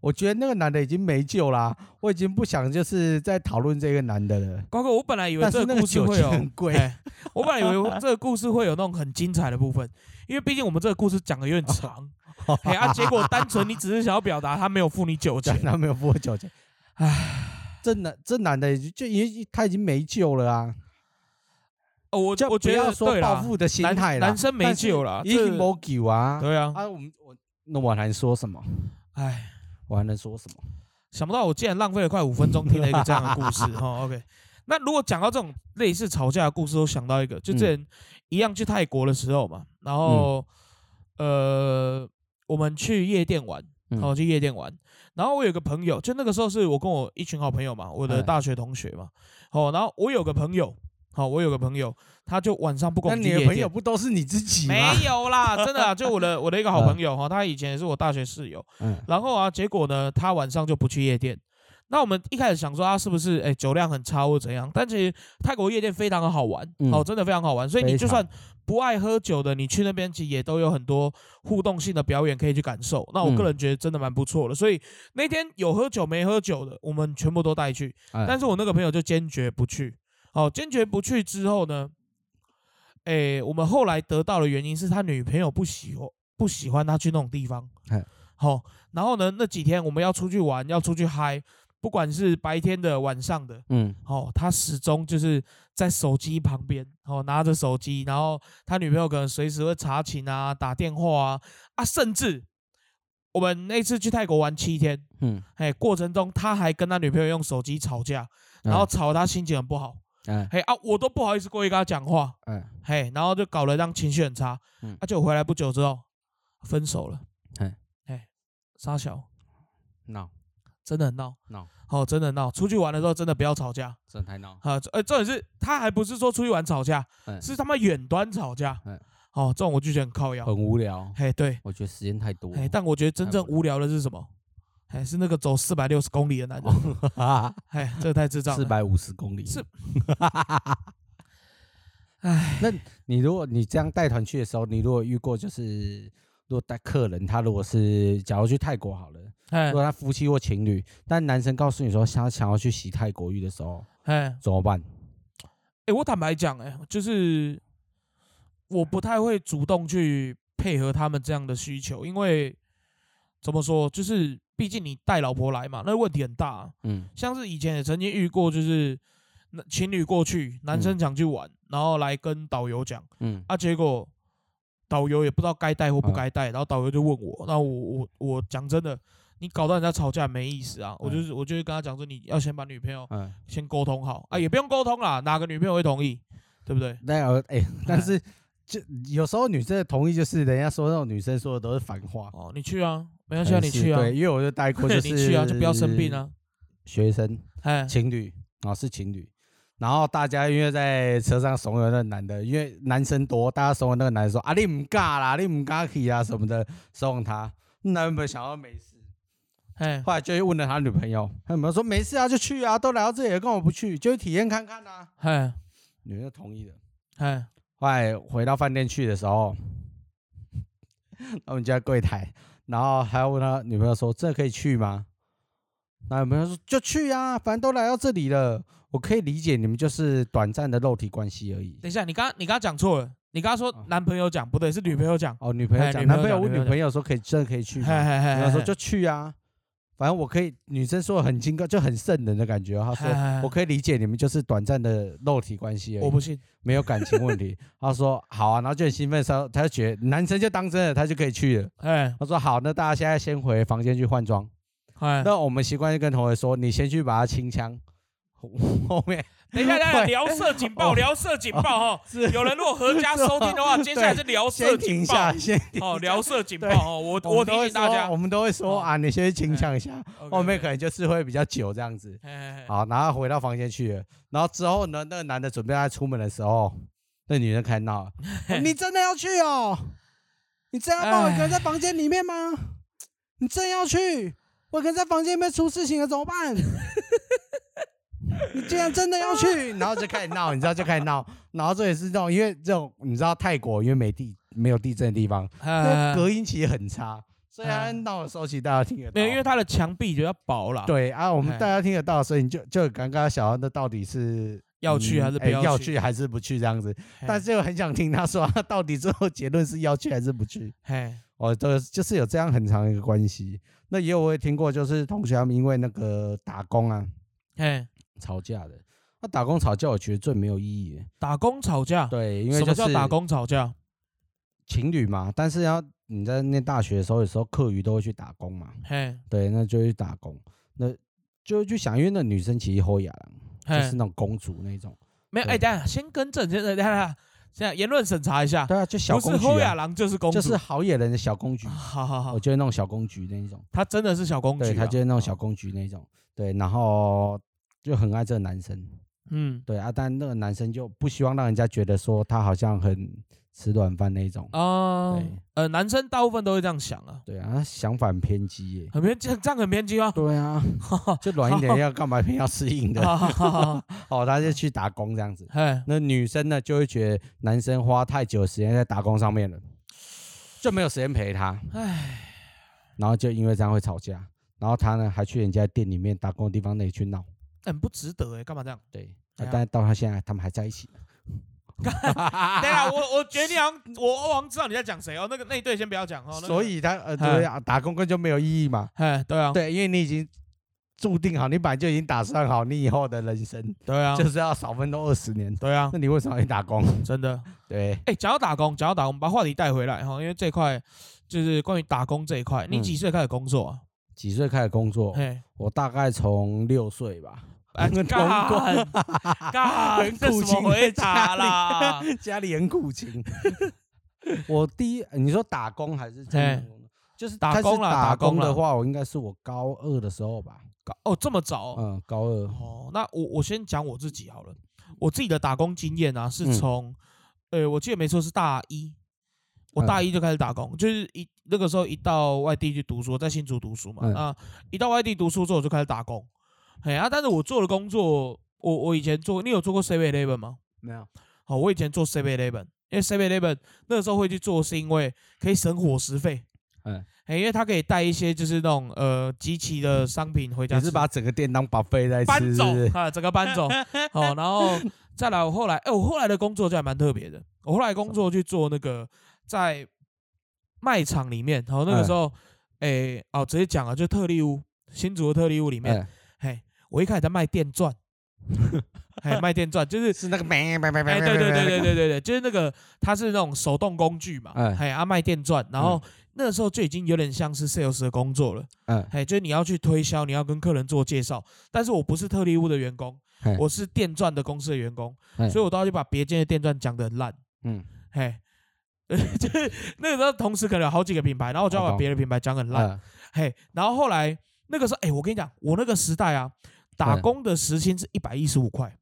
Speaker 1: 我觉得那个男的已经没救啦、我已经不想就是在讨论这个男的了。
Speaker 2: 瓜哥，我本来以为
Speaker 1: 但
Speaker 2: 这
Speaker 1: 是那个
Speaker 2: 故事
Speaker 1: 酒
Speaker 2: 会
Speaker 1: 精
Speaker 2: 有
Speaker 1: 很贵
Speaker 2: 哎我本来以为这个故事会有那种很精彩的部分，因为毕竟我们这个故事讲的有点 长，哎啊，结果单纯你只是想要表达他没有付你酒
Speaker 1: 讲
Speaker 2: 钱，
Speaker 1: 他啊没有付我酒钱， 唉，这男这男的已经就已经他已经没救了啊！
Speaker 2: 哦，我
Speaker 1: 就
Speaker 2: 我
Speaker 1: 不
Speaker 2: 觉
Speaker 1: 要
Speaker 2: 得
Speaker 1: 说
Speaker 2: 对
Speaker 1: 报
Speaker 2: 啦，
Speaker 1: 复的心
Speaker 2: 男
Speaker 1: 态啦，
Speaker 2: 男生没救啦
Speaker 1: 但是已
Speaker 2: 这
Speaker 1: 经没救啊！
Speaker 2: 对啊，
Speaker 1: 啊，我们我那我还能说什么？
Speaker 2: 哎，
Speaker 1: 我还能说什么？
Speaker 2: 想不到我竟然浪费了快五分钟听了一个这样的故 事哦。OK，那如果讲到这种类似吵架的故事，我想到一个，就之
Speaker 1: 嗯
Speaker 2: 前一样去泰国的时候嘛，然后、呃，我们去夜店玩，
Speaker 1: 嗯
Speaker 2: 然后去夜店玩。然后我有个朋友，就那个时候是我跟我一群好朋友嘛，我的
Speaker 1: 哎
Speaker 2: 大学同学嘛。哦，然后我有个朋友，好、我有个朋友，他就晚上不跟我
Speaker 1: 那
Speaker 2: 们
Speaker 1: 你
Speaker 2: 去
Speaker 1: 的
Speaker 2: 夜
Speaker 1: 朋友
Speaker 2: 店。
Speaker 1: 不都是你自己
Speaker 2: 没
Speaker 1: 吗？
Speaker 2: 有啦，真的啊，就我的我的一个好
Speaker 1: 嗯
Speaker 2: 朋友哈、他以前也是我大学室友，
Speaker 1: 嗯，
Speaker 2: 然后啊，结果呢，他晚上就不去夜店。那我们一开始想说他是不是哎酒量很差或怎样，但其实泰国夜店非常的好玩，
Speaker 1: 嗯
Speaker 2: 哦，真的非常好玩。所以你
Speaker 1: 非
Speaker 2: 就
Speaker 1: 常
Speaker 2: 算不爱喝酒的，你去那边其实也都有很多互动性的表演可以去感受。那我
Speaker 1: 嗯
Speaker 2: 个人觉得真的蛮不错的。所以那天有喝酒没喝酒的，我们全部都带去。
Speaker 1: 哎
Speaker 2: 但是我那个朋友就坚决不去。哦，坚决不去之后呢，诶，我们后来得到的原因是他女朋友不喜欢不喜欢他去那种地方
Speaker 1: 嘿。
Speaker 2: 好、然后呢，那几天我们要出去玩，要出去嗨，不管是白天的、晚上的，
Speaker 1: 嗯
Speaker 2: 哦，他始终就是在手机旁边，哦，拿着手机，然后他女朋友可能随时会查寝啊、打电话啊，啊，甚至我们那次去泰国玩七天，
Speaker 1: 嗯，
Speaker 2: 哎，过程中他还跟他女朋友用手机吵架，然
Speaker 1: 嗯
Speaker 2: 后吵得他心情很不好，
Speaker 1: 哎
Speaker 2: 嘿啊，我都不好意思过去跟他讲话，
Speaker 1: 哎
Speaker 2: 嘿，然后就搞得让情绪很差，
Speaker 1: 嗯
Speaker 2: 啊，就回来不久之后分手了，
Speaker 1: 嘿
Speaker 2: 哎，傻小，
Speaker 1: 闹
Speaker 2: 真的很闹
Speaker 1: 闹，
Speaker 2: 哦，真的很闹，出去玩的时候真的不要吵架
Speaker 1: 真的太闹，
Speaker 2: 啊，呃，重点是他还不是说出去玩吵架，
Speaker 1: 嗯
Speaker 2: 是他妈远端吵架
Speaker 1: 嗯，
Speaker 2: 哦，这种我就觉得很靠腰
Speaker 1: 很，无聊。
Speaker 2: 嘿，对，
Speaker 1: 我觉得时间太多了
Speaker 2: 嘿，但我觉得真正
Speaker 1: 哦太无聊
Speaker 2: 无聊的是什么？哎，是那个走四百六十公里的男人，
Speaker 1: 啊，
Speaker 2: 哎，这个太智障
Speaker 1: 四
Speaker 2: 了。
Speaker 1: 百五十公里
Speaker 2: 是。
Speaker 1: 哎，那你如果你这样带团去的时候，你如果遇过就是，如果带客人，他如果是假如去泰国好了，
Speaker 2: 哎
Speaker 1: 如果他夫妻或情侣，但男生告诉你说想想要去洗泰国浴的时候
Speaker 2: 哎，
Speaker 1: 怎么办？
Speaker 2: 哎、我坦白讲，哎，就是我不太会主动去配合他们这样的需求，因为怎么说，就是毕竟你带老婆来嘛，那问题很大啊、
Speaker 1: 嗯
Speaker 2: 像是以前也曾经遇过，就是那情侣过去，男生想去玩，然后来跟导游讲，
Speaker 1: 嗯
Speaker 2: 啊，结果导游也不知道该带或
Speaker 1: 嗯
Speaker 2: 不该带，然后导游就问我，那我我我讲真的，你搞到人家吵架没意思啊，我就是我就会跟他讲说，你要先把女朋友
Speaker 1: 嗯，
Speaker 2: 先沟通好啊，也不用沟通啦，哪个女朋友会同意，对不对？
Speaker 1: 那有哎、 但是就有时候女生的同意就是人家说那种女生说的都是反话，
Speaker 2: 哦，你去啊，没关系啊，
Speaker 1: 还
Speaker 2: 你
Speaker 1: 哎是
Speaker 2: 去啊，
Speaker 1: 对，因为我就带过就
Speaker 2: 你
Speaker 1: 是
Speaker 2: 去啊，就不要生病，啊，
Speaker 1: 学生
Speaker 2: 哎，
Speaker 1: 情侣啊是情侣。然后大家因为在车上怂恿那个男的，因为男生多，大家怂恿那个男的说啊你唔尬啦，你唔尬去啊什么的，怂恿他。那男的本想要没事，
Speaker 2: 哎，
Speaker 1: 后来就问了他女朋友，他女朋友说没事啊，就去啊，都来到这里了，跟我不去，就去体验看看啊。
Speaker 2: 哎，
Speaker 1: 女人就同意了。
Speaker 2: 哎，
Speaker 1: 后来回到饭店去的时候， 他们家柜台，然后还要问他女朋友说：“这可以去吗？”那女朋友说：“就去啊，反正都来到这里了，我可以理解你们就是短暂的肉体关系而已。
Speaker 2: 等一下，你刚你刚讲错了，你刚说
Speaker 1: 哦
Speaker 2: 男朋友讲不对，是女朋友讲”，
Speaker 1: 哦，女朋友
Speaker 2: 哎
Speaker 1: 讲，
Speaker 2: 女朋
Speaker 1: 男朋
Speaker 2: 友
Speaker 1: 友
Speaker 2: 讲
Speaker 1: 问
Speaker 2: 女
Speaker 1: 女
Speaker 2: 朋友
Speaker 1: 朋友说：“可以，真的可以去
Speaker 2: 嘿
Speaker 1: 吗？”
Speaker 2: 嘿
Speaker 1: 女
Speaker 2: 嘿
Speaker 1: 朋友
Speaker 2: 嘿，
Speaker 1: 说：“就去啊，反正我可以，女生说得很清高，就很圣人的感觉。她说
Speaker 2: 哎
Speaker 1: 我可以理解你们就是短暂的肉体关系而
Speaker 2: 我
Speaker 1: 已，
Speaker 2: 不信，
Speaker 1: 没有感情问 题。她说好啊，然后就很兴奋，她她就觉得男生就当真了，她就可以去了。
Speaker 2: 哎
Speaker 1: 她说好，那大家现在先回房间去换装。
Speaker 2: 哎，
Speaker 1: 那我们习惯就跟同学说，你先去把它清枪，后面
Speaker 2: 等一下，等一下，
Speaker 1: 喂
Speaker 2: 聊色警报，
Speaker 1: 哦
Speaker 2: 聊色警报哈。
Speaker 1: 是
Speaker 2: 有人如果合家收听 的话，接下来是聊色
Speaker 1: 先
Speaker 2: 警
Speaker 1: 停
Speaker 2: 报
Speaker 1: 下，。先停
Speaker 2: 哦，聊色警报
Speaker 1: 对
Speaker 2: 哦，我我提
Speaker 1: 都会
Speaker 2: 醒大
Speaker 1: 说
Speaker 2: 家嗯
Speaker 1: 我，们都哦会说
Speaker 2: 哦
Speaker 1: 啊，你先去清枪一下，
Speaker 2: OK，
Speaker 1: 后面可能就是会比较久这样子。
Speaker 2: 哎，哎哎
Speaker 1: 好，然后回到房间去了，然后之后呢，那个男的准备要出门的时候，那女人开始 闹了、哦你真的要去哦？你真要抱我一个人在房间里面吗？你真要去？我一个人在房间里面出事情了怎么办？你竟然真的要 去，然后就开始闹，你知道就开始闹，然后这也是这种，因为这种你知道泰国因为没地没有地震的地方，那
Speaker 2: 哎
Speaker 1: 隔音其实很差，所以他
Speaker 2: 嗯
Speaker 1: 闹的时候其实大家听得到。
Speaker 2: 没有，因为它的墙壁就要薄了，，
Speaker 1: 对啊，我们
Speaker 2: 哎
Speaker 1: 大家听得到，所以你就就很尴尬，想要那到底是
Speaker 2: 要去还是不
Speaker 1: 哎要
Speaker 2: 去？哎
Speaker 1: 去还是不去这样子？
Speaker 2: 嘿
Speaker 1: 但是又很想听他说，他到底最后结论是要去还是不去？
Speaker 2: 嘿，
Speaker 1: 哦，这就是有这样很长一个关系。那也有我也听过，就是同学他们因为那个打工啊
Speaker 2: 嘿，
Speaker 1: 吵架的。那打工吵架，我觉得最没有意义。
Speaker 2: 打工吵架，
Speaker 1: 对，因为
Speaker 2: 什
Speaker 1: 就
Speaker 2: 么叫
Speaker 1: 是
Speaker 2: 打工吵架？
Speaker 1: 情侣嘛，但是要你在念大学的时候，有时候课余都会去打工嘛。
Speaker 2: 嘿，
Speaker 1: 对，那就去打工，那就会去想，因为那女生其实后雅郎，就
Speaker 2: 嘿
Speaker 1: 是，那种公主那种。
Speaker 2: 没有，哎，
Speaker 1: 对
Speaker 2: 等一下，先更正，先等一下，等一下现在言论审查一下，
Speaker 1: 对啊，就小
Speaker 2: 不
Speaker 1: 公
Speaker 2: 是
Speaker 1: 举、
Speaker 2: 侯亚
Speaker 1: 啊，
Speaker 2: 郎就是公主，
Speaker 1: 就是好野人的小公举，
Speaker 2: 好好好
Speaker 1: 我，就是那种小公举那一种，
Speaker 2: 他真的是小公举
Speaker 1: 对
Speaker 2: 啊，
Speaker 1: 他就是那种小公举那一种，对，然后就很爱这个男生，
Speaker 2: 嗯，
Speaker 1: 对啊，但那个男生就不希望让人家觉得说他好像很吃软饭那一种，
Speaker 2: 哦
Speaker 1: 对，
Speaker 2: 呃，男生大部分都会这样想啊，
Speaker 1: 对啊，他想法很偏激 耶，
Speaker 2: 很偏这样很偏激吗？
Speaker 1: 对 啊，就软一点要干嘛，偏要吃硬的，
Speaker 2: 啊好好好好，
Speaker 1: 哦，他就去打工这样子。
Speaker 2: 嘿，哎
Speaker 1: 那女生呢，就会觉得男生花太久的时间在打工上面了，就没有时间陪他，
Speaker 2: 唉，
Speaker 1: 然后就因为这样会吵架。然后他呢，还去人家店里面打工的地方那里去闹。
Speaker 2: 很不值得哎，干嘛这样？
Speaker 1: 对，啊
Speaker 2: 哎呀
Speaker 1: 但是到他现在，他们还在一 起。
Speaker 2: 对啊，我我觉得你好像我我好像知道你在讲谁哦，那个那一对先不要讲哦。那个
Speaker 1: 所，以他呃，对啊，打工根本就没有意义嘛。
Speaker 2: 哎，对啊，
Speaker 1: 对，因为你已经注定好，你本来就已经打算好你以后的人生，
Speaker 2: 对啊，
Speaker 1: 就是要少奋斗二十年。
Speaker 2: 对啊，
Speaker 1: 那你为什么要去打工？
Speaker 2: 真的。
Speaker 1: 嗯对，
Speaker 2: 哎，讲到打工，讲到打工，我们把话题带回来哈，因为这一块就是关于打工这一块，你
Speaker 1: 嗯
Speaker 2: 几岁开始工作啊？
Speaker 1: 几岁开始工作？
Speaker 2: 哎，
Speaker 1: 我大概从六岁吧，
Speaker 2: 哎
Speaker 1: 童
Speaker 2: 干干，
Speaker 1: 很
Speaker 2: 这
Speaker 1: 苦
Speaker 2: 什
Speaker 1: 情
Speaker 2: 么
Speaker 1: 的
Speaker 2: 回
Speaker 1: 家
Speaker 2: 答啦？
Speaker 1: 家里很苦情。 我第一，你说打工还是真的
Speaker 2: 嘿
Speaker 1: 工作就是
Speaker 2: 打
Speaker 1: 开始
Speaker 2: 工啦打
Speaker 1: 打
Speaker 2: 工
Speaker 1: 工的
Speaker 2: 啦
Speaker 1: 话，我应该是我高二的时候吧，
Speaker 2: 哦，这么早哦
Speaker 1: 嗯，高二，
Speaker 2: 哦？那我我先讲我自己好了，我自己的打工经验啊，
Speaker 1: 嗯
Speaker 2: 是从，呃，我记得没错是大一。我
Speaker 1: 嗯
Speaker 2: 大一就开始打工，就是一那个时候一到外地去读书，我在新竹读书嘛，
Speaker 1: 嗯
Speaker 2: 啊，一到外地读书之后我就开始打工，哎啊，但是我做的工作，我我以前做，你有做过 Seven Eleven 吗？
Speaker 1: 没有，
Speaker 2: 好，我以前做 Seven Eleven，因为 Seven Eleven 那个时候会去做，是因为可以省伙食费，
Speaker 1: 嗯，
Speaker 2: 哎，因为它可以带一些就是那种呃集齐的商品回家
Speaker 1: 你
Speaker 2: 吃，
Speaker 1: 是把整个店当 buffet 在
Speaker 2: 搬
Speaker 1: 吃，
Speaker 2: 走
Speaker 1: 是不是
Speaker 2: 啊，整个搬走。好，然后再来，我后来，哎、我后来的工作就还蛮特别的。我后来工作去做那个在卖场里面，然后那个
Speaker 1: 嗯
Speaker 2: 时候，哎、哦，直接讲啊，就特利屋，新竹的特利屋里面，
Speaker 1: 哎
Speaker 2: 嘿、我一开始在卖 电钻，嘿，卖电钻 就是。
Speaker 1: 是那个咩咩咩咩
Speaker 2: 哎，
Speaker 1: 咩
Speaker 2: 对对对对
Speaker 1: 咩
Speaker 2: 对对对，就是那个，它是那种手动工具嘛，
Speaker 1: 嗯
Speaker 2: 哎，啊卖电钻，然后那个时候就已经有点像是 sales 的工作了，
Speaker 1: 嗯
Speaker 2: 哎，就是你要去推销，你要跟客人做介绍。但是我不是特利屋的员工
Speaker 1: 嘿，
Speaker 2: 我是电钻的公司的员工，
Speaker 1: 嘿
Speaker 2: 所以我都要去把别间的电钻讲得很烂。
Speaker 1: 嗯
Speaker 2: 嘿， 就是那个时候同时可能有好几个品牌，然后我就要
Speaker 1: 我
Speaker 2: 把
Speaker 1: 懂
Speaker 2: 别的品牌讲很烂。
Speaker 1: 嗯，
Speaker 2: 嘿，然后后来那个时候，哎，我跟你讲，我那个时代啊，打
Speaker 1: 嗯
Speaker 2: 工的时薪是一百一十五块，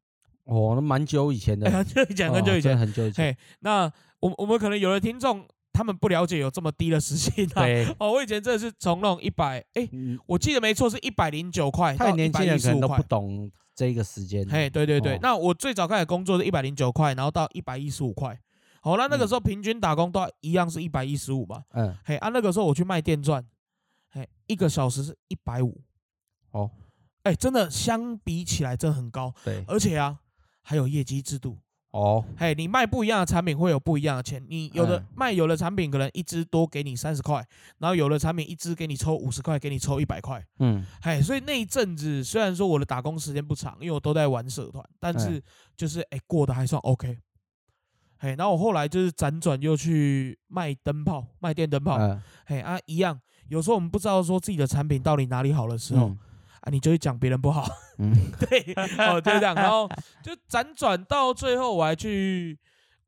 Speaker 1: 哦，那蛮久以前的
Speaker 2: 哎，，很久以前，很久
Speaker 1: 哦
Speaker 2: 以前
Speaker 1: 真的。很久以前，
Speaker 2: 嘿，那我我们可能有的听众他们不了解有这么低的时薪啊。
Speaker 1: 对，
Speaker 2: 哦，我以前真的是从那种一百，哎，
Speaker 1: 嗯
Speaker 2: 我记得没错是一百零九块，
Speaker 1: 太年轻人可能都不
Speaker 2: 块。
Speaker 1: 懂这个时间，
Speaker 2: 嘿，对对对，
Speaker 1: 哦
Speaker 2: 那我最早开始工作是一百零九块，然后到一百一十五块。好，那那个时候平均打工都一样是一百一十五嘛。
Speaker 1: 嗯，
Speaker 2: 嘿，啊，那个时候我去卖电钻，嘿，一个小时是一百五。
Speaker 1: 哦，
Speaker 2: 哎，真的相比起来真的很高，
Speaker 1: 对，
Speaker 2: 而且啊，还有业绩制度。
Speaker 1: 哦，
Speaker 2: 嘿，你卖不一样的产品会有不一样的钱。你有的
Speaker 1: 嗯
Speaker 2: 卖有的产品可能一支多给你三十块，然后有的产品一支给你抽五十块，给你抽一百块。
Speaker 1: 嗯
Speaker 2: 嘿，哎所以那一阵子虽然说我的打工时间不长，因为我都在玩社团，但是就是哎、过得还算 OK。嘿，然后我后来就是辗转又去卖灯泡，卖电灯泡。
Speaker 1: 嗯
Speaker 2: 嘿啊，一样。有时候我们不知道说自己的产品到底哪里好的时候，
Speaker 1: 嗯
Speaker 2: 啊，你就会讲别人不好。
Speaker 1: 嗯
Speaker 2: 对，哦，就这样，然后就辗转到最后，我还去，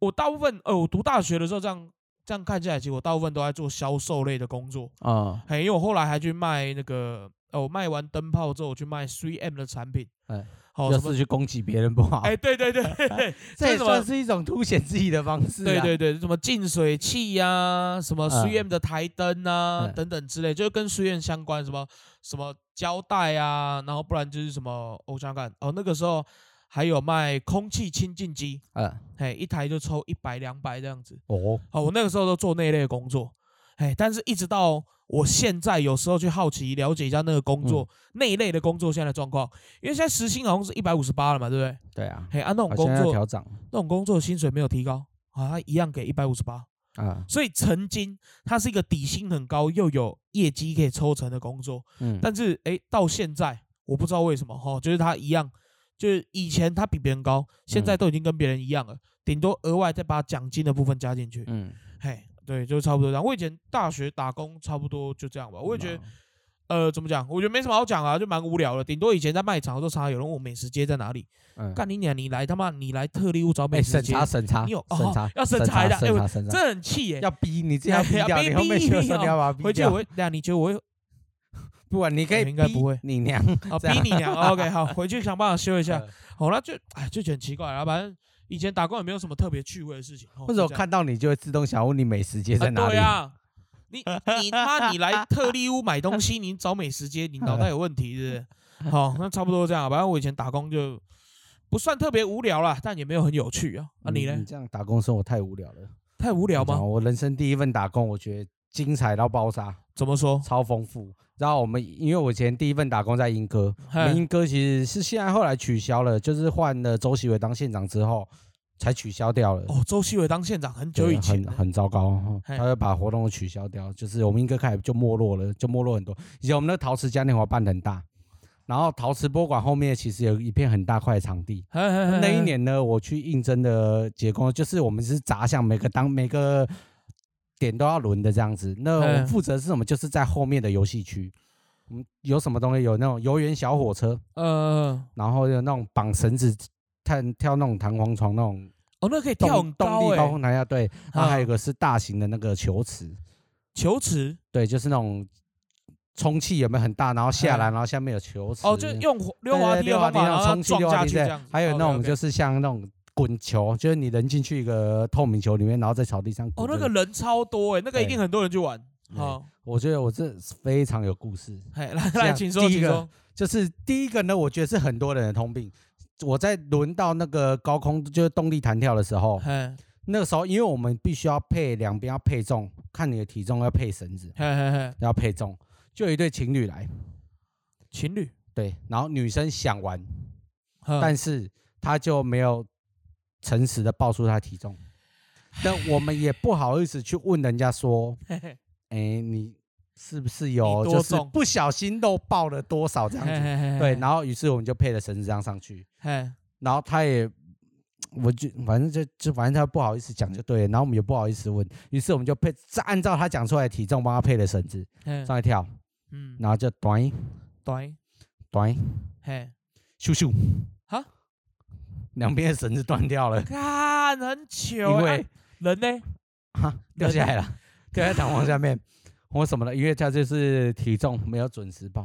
Speaker 2: 我大部分，呃，我读大学的时候，这样这样看下来，其实我大部分都在做销售类的工作，
Speaker 1: 啊
Speaker 2: 嘿，因为我后来还去卖那个，哦，我卖完灯泡之后，我去卖 3M 的产品，
Speaker 1: 哎
Speaker 2: 好、
Speaker 1: 要
Speaker 2: 什么
Speaker 1: 是，去哦攻击别人不好，
Speaker 2: 哎，对 对对，嘿嘿
Speaker 1: 这也
Speaker 2: 这是什么
Speaker 1: 算是一种凸显自己的方式、啊。
Speaker 2: 对对对，什么净水器呀、什么
Speaker 1: 嗯
Speaker 2: 3M 的台灯啊、
Speaker 1: 嗯
Speaker 2: 等等之类，就是跟 3M 相关，什么什么胶带啊，然后不然就是什么，我想想看，哦，那个时候还有卖空气清净机，
Speaker 1: 嗯，
Speaker 2: 嘿，一台就抽一百两百这样子。
Speaker 1: 哦，
Speaker 2: 哦，我那个时候都做那一类的工作，嘿，但是一直到我现在有时候去好奇了解一下那个工作、
Speaker 1: 嗯
Speaker 2: 那一类的工作现在的状况，因为现在时薪好像是一百五十八了嘛，对不对？
Speaker 1: 对啊，
Speaker 2: 嘿，按、那种
Speaker 1: 好像
Speaker 2: 工
Speaker 1: 要
Speaker 2: 作
Speaker 1: 调整
Speaker 2: 那种工作的薪水没有提高啊，他一样给一百五十八。
Speaker 1: 啊，
Speaker 2: 所以曾经它是一个底薪很高又有业绩可以抽成的工作，
Speaker 1: 嗯，
Speaker 2: 但是诶，到现在我不知道为什么哈，就是它一样，就是以前它比别人高，现在
Speaker 1: 嗯
Speaker 2: 都已经跟别人一样了，顶多额外再把奖金的部分加进去。
Speaker 1: 嗯，
Speaker 2: 嘿，对，就差不多这样。我以前大学打工差不多就这样吧，我
Speaker 1: 嗯
Speaker 2: 也觉得。呃，怎么讲？我觉得没什么好讲啊，就蛮无聊的。顶多以前在卖场的时候，常常有人问我美食街在哪里。
Speaker 1: 嗯，
Speaker 2: 干你娘！你来他妈，你来特例屋找
Speaker 1: 哎，
Speaker 2: 美食
Speaker 1: 审
Speaker 2: 街，
Speaker 1: 查审查，
Speaker 2: 你有哦
Speaker 1: 审查
Speaker 2: 要审
Speaker 1: 审
Speaker 2: 查一下哎
Speaker 1: 审
Speaker 2: 我
Speaker 1: 查审查，
Speaker 2: 这很气耶、
Speaker 1: 要逼你这 样逼
Speaker 2: 哎呀
Speaker 1: 掉，
Speaker 2: 逼
Speaker 1: 你后面
Speaker 2: 逼
Speaker 1: 去的时候
Speaker 2: 逼
Speaker 1: 你要把它逼
Speaker 2: 回去我
Speaker 1: 掉，
Speaker 2: 会，等下你觉得我会
Speaker 1: 不然你可以
Speaker 2: 我应该不
Speaker 1: 逼
Speaker 2: 会
Speaker 1: 你娘
Speaker 2: 啊，
Speaker 1: 这
Speaker 2: 逼
Speaker 1: 样
Speaker 2: 你 娘？OK，好，回去啊想办法修一下
Speaker 1: 呃。
Speaker 2: 好，那就哎，就觉得很奇怪了。反正以前打工也没有什么特别趣味的事情。哦
Speaker 1: 为什么
Speaker 2: 就这样
Speaker 1: 看到你就会自动想问你美食街在
Speaker 2: 啊
Speaker 1: 哪里
Speaker 2: 对？啊，你你妈你来特利屋买东西，你找美食街，你脑袋有问题是 不是？好，那差不多这样。反正我以前打工就不算特别无聊啦，但也没有很有趣啊。啊，
Speaker 1: 嗯
Speaker 2: 你
Speaker 1: 你
Speaker 2: 呢？
Speaker 1: 这样打工生活太无聊了，
Speaker 2: 太无聊
Speaker 1: 我
Speaker 2: 吗
Speaker 1: 讲？我人生第一份打工，我觉得精彩到爆炸，
Speaker 2: 怎么说？
Speaker 1: 超丰富。然后我们因为我以前第一份打工在英歌，我
Speaker 2: 嘿
Speaker 1: 们英歌其实是现在后来取消了，就是换了周习伟当县长之后才取消掉了。
Speaker 2: 哦，周希伟当县长很久
Speaker 1: 对
Speaker 2: 以前
Speaker 1: 很
Speaker 2: 了，
Speaker 1: 很糟糕，哦
Speaker 2: 嘿
Speaker 1: 他就把活动都取消掉，就是我们英歌开始就没落了，就没落很多。以前我们那个陶瓷嘉年华办得很大，然后陶瓷博物馆后面其实有一片很大块的场地，
Speaker 2: 嘿嘿嘿
Speaker 1: 那一
Speaker 2: 嘿
Speaker 1: 年呢，我去应征的结工，就是我们是杂项，每个当每个点都要轮的这样子。那我
Speaker 2: 嗯
Speaker 1: 负责是什么？就是在后面的游戏区，我们有什么东西？有那种游园小火车，
Speaker 2: 呃，
Speaker 1: 然后有那种绑绳子、跳跳那种弹簧床那种
Speaker 2: 哦，那可以跳很
Speaker 1: 动动
Speaker 2: 高
Speaker 1: 力
Speaker 2: 哎、
Speaker 1: 高空弹跳，对。然后还有一
Speaker 2: 嗯
Speaker 1: 个是大型的那个球池，
Speaker 2: 球池
Speaker 1: 对，就是那种充气有没有很大，然后下来，然后下面有球池。
Speaker 2: 嗯哦，就用火溜
Speaker 1: 对
Speaker 2: 滑
Speaker 1: 对
Speaker 2: 梯的方法，
Speaker 1: 那
Speaker 2: 然
Speaker 1: 种
Speaker 2: 后
Speaker 1: 充气
Speaker 2: 撞
Speaker 1: 溜滑
Speaker 2: 下
Speaker 1: 梯
Speaker 2: 去
Speaker 1: 对
Speaker 2: 这样哦子。
Speaker 1: 还有那种就是是像那种滚球，就是你人进去一个透明球里面，然后在草地上
Speaker 2: 哦
Speaker 1: 滚，
Speaker 2: 那
Speaker 1: 这
Speaker 2: 个人超多哎、那个一
Speaker 1: 对
Speaker 2: 定很多人去玩。
Speaker 1: 对
Speaker 2: 好，
Speaker 1: 我觉得我这非常有故事。
Speaker 2: 嘿，来
Speaker 1: 这
Speaker 2: 来，
Speaker 1: 样
Speaker 2: 请说，
Speaker 1: 第一
Speaker 2: 请
Speaker 1: 个
Speaker 2: 说。
Speaker 1: 就是第一个呢，我觉得是很多人的通病。我在轮到那个高空就是动力弹跳的时 候，
Speaker 2: 嘿，
Speaker 1: 那个时候因为我们必须要配两边要配重，看你的体重要配绳子，
Speaker 2: 嘿嘿嘿，
Speaker 1: 要配重，就有一对情侣来，
Speaker 2: 情侣，
Speaker 1: 对，然后女生想玩，
Speaker 2: 但
Speaker 1: 但是他就没有诚实的报出他的体 重。但我们也不好意思去问人家说，哎、你是不是有
Speaker 2: 你多
Speaker 1: 就是
Speaker 2: 重
Speaker 1: 不小心漏报了多少这样子？对，然后于是我们就配了绳子这样上去，
Speaker 2: 嘿，
Speaker 1: 然后他也，我就反正就就反正他不好意思讲就对了，然后我们也不好意思问，于是我们就配按照他讲出来的体重帮他配了绳子
Speaker 2: 嘿，
Speaker 1: 上来跳，
Speaker 2: 嗯，
Speaker 1: 然后就短
Speaker 2: 短，
Speaker 1: 短
Speaker 2: 嘿，
Speaker 1: 咻咻，
Speaker 2: 哈，
Speaker 1: 两边的绳子断掉了，
Speaker 2: 看很
Speaker 1: 因
Speaker 2: 糗欸，
Speaker 1: 为
Speaker 2: 啊人呢？
Speaker 1: 哈，掉下来了，掉在弹簧下面，或什么的，因为他就是体重没有准时报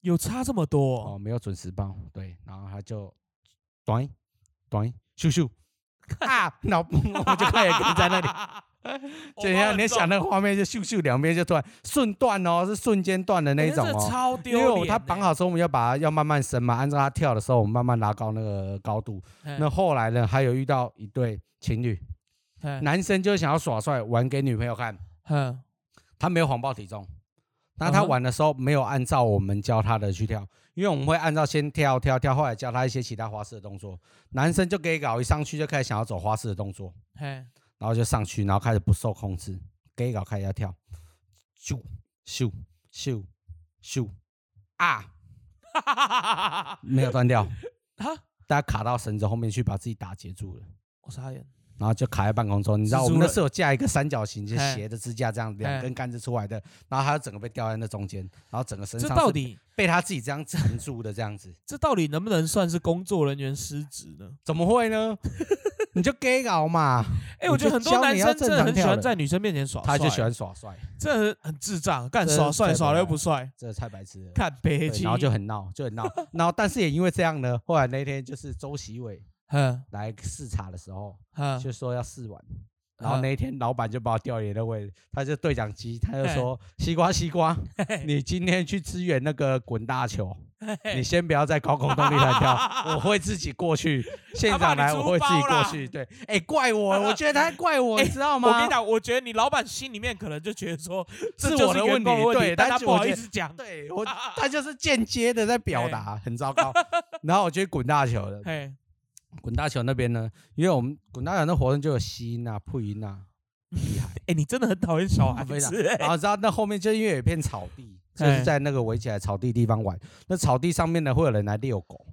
Speaker 2: 有差这么多
Speaker 1: 哦，没有准时报，对，然后他就短短咻咻啊，脑崩，我就快也跟在 那里。，
Speaker 2: 里
Speaker 1: 等一下，你想那个画面就咻咻，两边就突然瞬断哦，是瞬间断的那
Speaker 2: 那
Speaker 1: 一种哦。
Speaker 2: 哎超
Speaker 1: 因
Speaker 2: 丢
Speaker 1: 为
Speaker 2: 脸
Speaker 1: 我
Speaker 2: 欸。
Speaker 1: 他绑好之后，我们要把它要慢慢升嘛，按照他跳的时候，我们慢慢拉高那个高度。
Speaker 2: 嘿，
Speaker 1: 那后来呢，还有遇到一对情侣，
Speaker 2: 那
Speaker 1: 男生就想要耍帅，玩给女朋友看，
Speaker 2: 嗯，
Speaker 1: 他没有谎报体重，那他
Speaker 2: 嗯哼
Speaker 1: 玩的时候没有按照我们教他的去跳，因为我们会按照先跳跳跳，后来教他一些其他花式的动作。男生就给搞一上去就开始想要走花式的动作，
Speaker 2: 嘿，
Speaker 1: 然后就上去，然后开始不受控制，给搞开始要跳，咻咻咻咻啊，
Speaker 2: 哈哈哈哈哈
Speaker 1: 没有断掉，
Speaker 2: 哈！
Speaker 1: 大家卡到绳子后面去，把自己打结住了。
Speaker 2: 我傻眼，
Speaker 1: 然后就卡在半空中，你知道
Speaker 2: 蜘
Speaker 1: 我
Speaker 2: 蛛
Speaker 1: 们那
Speaker 2: 人
Speaker 1: 是有架一个三角形，就是
Speaker 2: 嘿
Speaker 1: 斜的支架这样，两
Speaker 2: 嘿
Speaker 1: 根杆子出来的，然后它整个被吊在那中间，然后整个身
Speaker 2: 这
Speaker 1: 上
Speaker 2: 到
Speaker 1: 是
Speaker 2: 底
Speaker 1: 被他自己这样缠住的这样子，
Speaker 2: 这到底能不能算是工作人员失职呢？
Speaker 1: 怎么会 呢？你就 gay 搞嘛，
Speaker 2: 哎，
Speaker 1: 我
Speaker 2: 我觉得
Speaker 1: 就
Speaker 2: 很多
Speaker 1: 教
Speaker 2: 男
Speaker 1: 你要
Speaker 2: 生
Speaker 1: 正
Speaker 2: 真的
Speaker 1: 常
Speaker 2: 很喜
Speaker 1: 跳
Speaker 2: 欢
Speaker 1: 的
Speaker 2: 在女生面前耍帅，
Speaker 1: 他就喜欢耍帅，
Speaker 2: 这很很智障，干
Speaker 1: 这
Speaker 2: 耍
Speaker 1: 是
Speaker 2: 帅
Speaker 1: 太
Speaker 2: 耍
Speaker 1: 白
Speaker 2: 的又
Speaker 1: 了
Speaker 2: 不帅，
Speaker 1: 这太白痴了。
Speaker 2: 看北
Speaker 1: 对
Speaker 2: 京，
Speaker 1: 然后就很闹，就很 闹，然后但是也因为这样呢，后来那天就是周习伟
Speaker 2: 哼
Speaker 1: 来视察的时候，
Speaker 2: 哼，
Speaker 1: 就说要试玩，然后
Speaker 2: 嗯
Speaker 1: 那一天老板就把我调离那位，他就对讲机，他就说西瓜西瓜，你今天去支援那个滚大球，你先不要在高空动力弹跳，我会自己过 去，现
Speaker 2: 他怕
Speaker 1: 场
Speaker 2: 你
Speaker 1: 来
Speaker 2: 出
Speaker 1: 我会自己
Speaker 2: 包
Speaker 1: 过
Speaker 2: 啦哎
Speaker 1: 去。对，哎，怪我，我觉得他怪 我，你知道吗？
Speaker 2: 我跟你讲，我觉得你老板心里面可能就觉得说，这
Speaker 1: 是
Speaker 2: 就
Speaker 1: 我的
Speaker 2: 员
Speaker 1: 问
Speaker 2: 工
Speaker 1: 题
Speaker 2: 的问
Speaker 1: 对
Speaker 2: 但
Speaker 1: 但
Speaker 2: 他
Speaker 1: 是
Speaker 2: 不
Speaker 1: 我
Speaker 2: 好
Speaker 1: 觉
Speaker 2: 意
Speaker 1: 得
Speaker 2: 思哎讲。啊
Speaker 1: 对我， 他就是间接的在表达，很糟糕。然后我觉得滚大球了，
Speaker 2: 嘿，
Speaker 1: 滚大球那边呢，因为我们滚大球那活动就有吸音啊、配音啊，厉害。
Speaker 2: 哎，你真的很讨厌小孩
Speaker 1: 非常
Speaker 2: 子，哎
Speaker 1: 然后知道那后面就因为有一片草地，就是
Speaker 2: 嘿
Speaker 1: 在那个围起来草地地方玩。那草地上面呢，会有人来遛狗，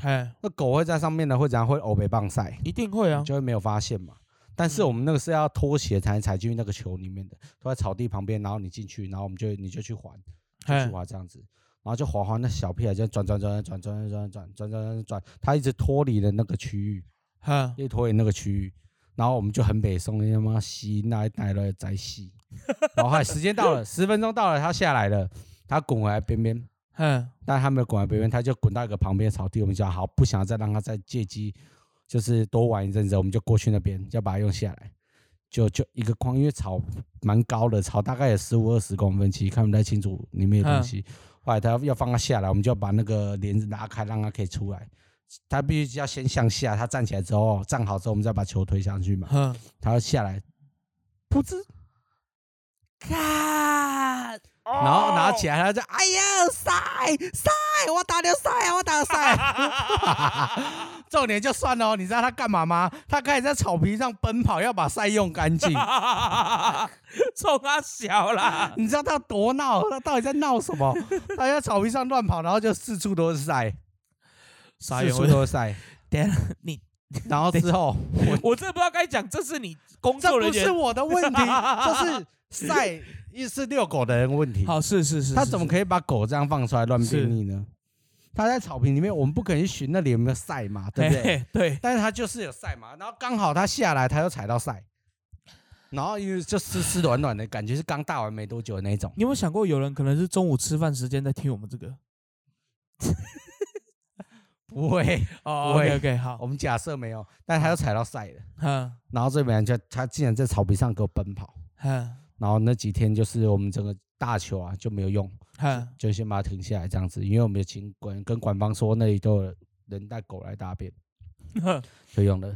Speaker 2: 嘿，
Speaker 1: 那狗会在上面呢，会怎样？会欧北棒晒，
Speaker 2: 一定会啊，
Speaker 1: 就会没有发现嘛。但是我们那个是要脱鞋才能踩进去那个球里面的，都在草地旁边，然后你进去，然后我们就你就去滑，就去
Speaker 2: 嘿，
Speaker 1: 滑这样子，然后就滑滑那小屁孩就转转转转转转转转转转转转，他一直脱离了那个区域，
Speaker 2: 哼，
Speaker 1: 一直脱离那个区域，然后我们就很北宋，他妈吸那一带了在吸，然后后来时间到了，十分钟到了，他下来了，他滚回来边边，
Speaker 2: 哼，
Speaker 1: 但他没有滚到北边，他就滚到一个旁边的草地。我们讲好，不想再让他再借机，就是多玩一阵子，我们就过去那边，要把它用下来。就就一个框，因为草蛮高的，草大概有十五二十公分，其实看不太清楚里面的东西。后来他要放它下来，我们就要把那个帘子拉开，让它可以出来。他必须要先向下，他站起来之后，站好之后，我们再把球推上去嘛。
Speaker 2: 哼，
Speaker 1: 他要下来，噗嗤，
Speaker 2: 看，
Speaker 1: 然后拿起来，他就哎呀塞塞，我打流塞啊，我打流塞。 重点就算了哦，你知道他干嘛吗？他开始在草皮上奔跑，要把塞用干 净。
Speaker 2: 来， 冲他小啦，
Speaker 1: 你知道他多闹？他到底在闹什么？他在草皮上乱跑，然后就四处都是塞，
Speaker 2: 傻
Speaker 1: 四
Speaker 2: 眼，
Speaker 1: 处
Speaker 2: 我
Speaker 1: 都是塞。
Speaker 2: 等一下你，
Speaker 1: 然后之后，我
Speaker 2: 我真的不知道该讲，这是你 工
Speaker 1: 这
Speaker 2: 作人
Speaker 1: 不是
Speaker 2: 员，
Speaker 1: 我的问题， 这是塞是遛狗的人的问题。
Speaker 2: 好，是是是，
Speaker 1: 他
Speaker 2: 是
Speaker 1: 怎么
Speaker 2: 是
Speaker 1: 可以把狗这样放出来乱
Speaker 2: 是
Speaker 1: 便利呢？他在草坪里面，我们不可能去寻那里有没有晒嘛，对不
Speaker 2: 嘿
Speaker 1: 对？
Speaker 2: 嘿对，
Speaker 1: 但是他就是有晒嘛，然后刚好他下来，他又踩到晒，然后因为就湿湿软软的感觉，是刚大完没多久的那种。
Speaker 2: 你有没有想过，有人可能是中午吃饭时间在听我们这个？
Speaker 1: 不会，
Speaker 2: 哦
Speaker 1: 不会
Speaker 2: ，OK OK，好，
Speaker 1: 我们假设没有，但他又踩到晒了，
Speaker 2: 嗯
Speaker 1: 然后这边就他竟然在草皮上给我奔跑，
Speaker 2: 嗯
Speaker 1: 然后那几天就是我们整个大球啊就没有用，
Speaker 2: 嗯，
Speaker 1: 就先把它停下来这样子，因为我们有请管跟管方说那里都有人带狗来大便。
Speaker 2: 哼
Speaker 1: 就用了。